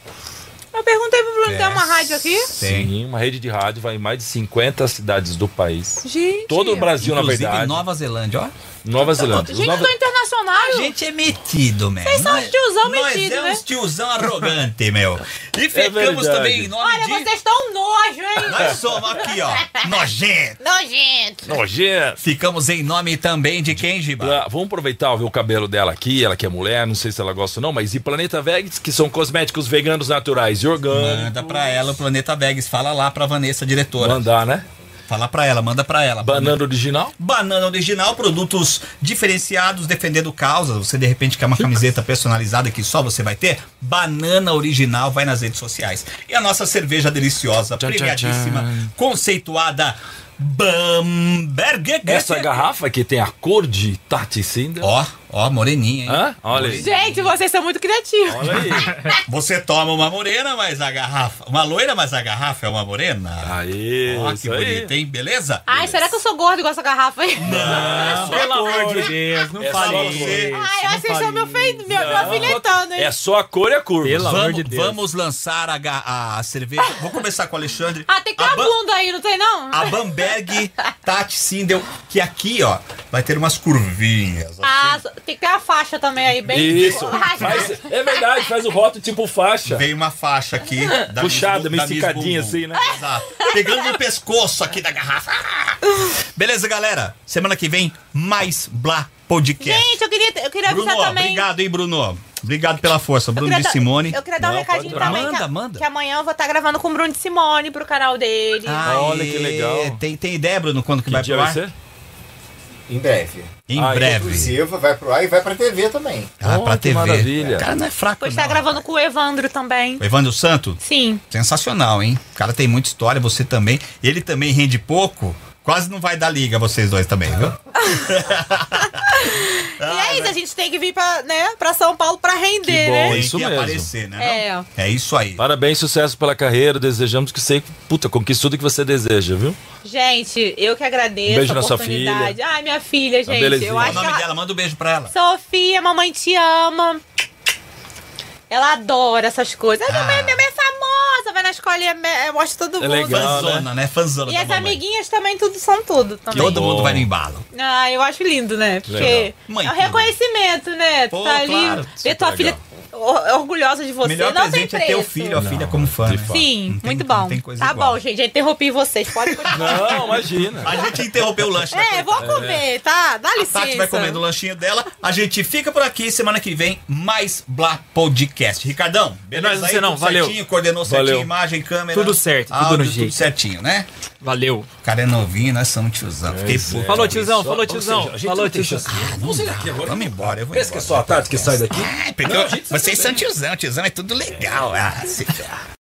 D: Eu perguntei pro Bruno, tem uma rádio aqui?
B: Tem.
C: Sim, uma rede de rádio vai em mais de 50 cidades do país.
D: Gente.
C: Todo o Brasil, na
B: Inclusive
C: verdade.
B: Nova Zelândia, ó.
C: Nova Zelândia. Os
D: Gente,
C: Nova-
D: eu tô internacional.
B: A gente é metido, meu. Vocês
D: são uns tiozão metido,
B: Nós é
D: né?
B: uns tiozão arrogante, meu. E ficamos
C: É verdade.
B: também em nome
D: Olha,
B: de...
D: vocês estão nojo, hein?
B: Nós somos aqui, ó. Nojento.
C: é?
D: Nojento.
C: Nojento.
B: Ficamos em nome também de quem, Giba?
C: Pra- vamos aproveitar ver o cabelo dela aqui, ela que é mulher, não sei se ela gosta ou não, mas e Planeta Vegas, que são cosméticos veganos naturais e orgânicos.
B: Manda pra ela o Planeta Vegas. Fala lá pra Vanessa, diretora.
C: Mandar, né?
B: Fala pra ela, manda pra ela.
C: Banana original.
B: Banana original, produtos diferenciados, defendendo causas. Você de repente quer uma camiseta personalizada que só você vai ter? Banana original, vai nas redes sociais. E a nossa cerveja deliciosa,
C: Tchan, tchan,
B: premiadíssima, conceituada Bamberger.
C: Essa garrafa que tem a cor de Tati Cinder.
B: Ó, ó, moreninha, hein?
C: Hã? Olha aí.
D: Gente, vocês são muito criativos.
C: Olha aí.
B: Você toma uma morena, mas a garrafa. Uma loira, mas a garrafa é uma morena.
C: Aê,
B: Ó, que
C: Ah, isso aí.
B: bonita, hein? Beleza?
D: Ai, será que eu sou gordo igual essa garrafa aí?
A: Não, pelo amor de Deus, não
C: É só
A: fale
C: você.
A: isso.
D: Ai, eu acho que vocês estão me ofendendo, me alfinetando, hein?
C: É só a cor e a curva.
A: Pelo amor
B: Vamos,
A: de Deus.
B: vamos lançar a, ga- a cerveja. Vou começar com o Alexandre.
D: Ah, tem que ter
B: a
D: uma
B: Ba-
D: bunda aí, não tem não?
B: A Bamberg Tati Sindel, que aqui, ó, vai ter umas curvinhas. ó.
D: Ah, só- tem que ter a faixa também aí, bem...
C: Isso.
D: Ai,
C: Faz- é verdade, faz o rótulo tipo faixa.
B: Vem uma faixa aqui. Da
C: Puxada,
B: Miss Bu- da
C: meio
B: Miss
C: esticadinha
B: Bumbum.
C: assim, né?
B: Exato. Pegando no pescoço aqui da garrafa. Beleza, galera? Semana que vem, mais Blá Podcast.
D: Gente, eu queria, eu queria avisar
B: Bruno,
D: também...
B: obrigado, hein, Bruno? Obrigado pela força.
D: Eu
B: Bruno
D: queria
B: de
D: dar-
B: Simone.
D: Eu queria dar um
C: Não,
D: recadinho
C: pode-
D: também.
B: Manda,
D: que,
B: manda.
D: que amanhã eu vou estar gravando com o Bruno de Simone pro canal dele.
B: Ah.
C: Ah, Olha que
B: Aê,
C: legal.
B: Tem, tem ideia, Bruno, quando que,
C: Que
B: vai
C: dia
B: pro
C: vai
B: ar?
C: ser?
F: Em breve.
B: Em
C: Ah,
B: breve.
F: Inclusive, vai pro ar e vai pra TV também.
B: Ah,
C: Oh,
B: pra
C: que
B: TV.
C: maravilha.
B: O cara não é fraco,
D: Vou estar
B: não.
D: tá gravando com o Evandro também.
B: O Evandro Santo?
D: Sim.
B: Sensacional, hein? O cara tem muita história, você também. Ele também rende pouco. Quase não vai dar liga vocês dois também,
A: É.
B: viu?
D: e é isso, a gente tem que vir pra, né, pra São Paulo pra render,
C: Que bom,
A: É
D: né?
B: Tem
C: isso
B: que
C: mesmo.
B: aparecer, né?
D: É.
B: não? É isso aí.
C: Parabéns, sucesso pela carreira. Desejamos que você, puta, conquiste tudo que você deseja, viu?
D: Gente, eu que agradeço
C: Beijo
D: a
C: na sua
D: oportunidade. Ai, minha filha, gente.
C: belezinha.
D: eu
C: Qual
B: Qual Ah, o
D: acho que
B: nome
D: ela...
B: dela? Manda um beijo pra ela.
D: Sofia, mamãe te ama. Ela adora essas coisas. Ai, minha,
B: Ah.
D: mãe, minha mãe é famosa, vai nas escolhe, é, me- é, mostra todo
C: É
D: mundo.
C: legal.
B: Fanzona, né? Fanzona
D: E
B: da
D: as
B: mamãe.
D: amiguinhas também tudo são tudo. Também.
B: Todo mundo
C: Bom.
B: vai no embalo.
D: Ah, eu acho lindo, né? Porque
C: Legal.
B: Mãe,
D: é um
B: tudo.
D: reconhecimento, né? Tu
B: Pô,
D: tá ali,
B: claro,
D: ver tua
C: super
D: filha or- orgulhosa de você.
B: Melhor
D: não
B: presente
D: tem
B: é ter o
D: preço.
B: filho, a filha como fã.
C: de
B: né?
C: fato.
D: Sim,
B: Não tem-
D: muito
B: não
D: bom.
B: tem coisa
D: Tá
B: igual.
D: bom, gente, já interrompi vocês. Pode continuar.
C: Não, imagina.
B: A gente interrompeu o lanche. da
D: é, vou comer, tá? Dá licença.
B: Tati vai comendo o lanchinho dela. A gente fica por aqui. Semana que vem, mais Blá Podcast. Ricardão,
A: É nóis,
B: beleza? aí?
A: você não,
B: Tudo
A: valeu.
B: Certinho, coordenou certinho,
C: Valeu.
B: imagem, câmera.
A: Tudo certo, tudo
B: áudio,
A: no
B: tudo
A: jeito.
B: certinho, né?
A: Valeu.
B: O cara é novinho, nós somos tiozão. Fiquei puto.
A: Falou, tiozão. Falou,
C: É, Ou
A: tiozão.
C: seja, a gente
A: falou,
C: não tem
A: tiozão.
C: chance. Vamos olhar aqui agora.
B: Vamos embora, eu vou
C: Pensa que é
B: embora.
C: só a Tati que sai daqui?
B: Ah, porque vocês são tiozão, tiozão é tudo legal. Ah, se ferra.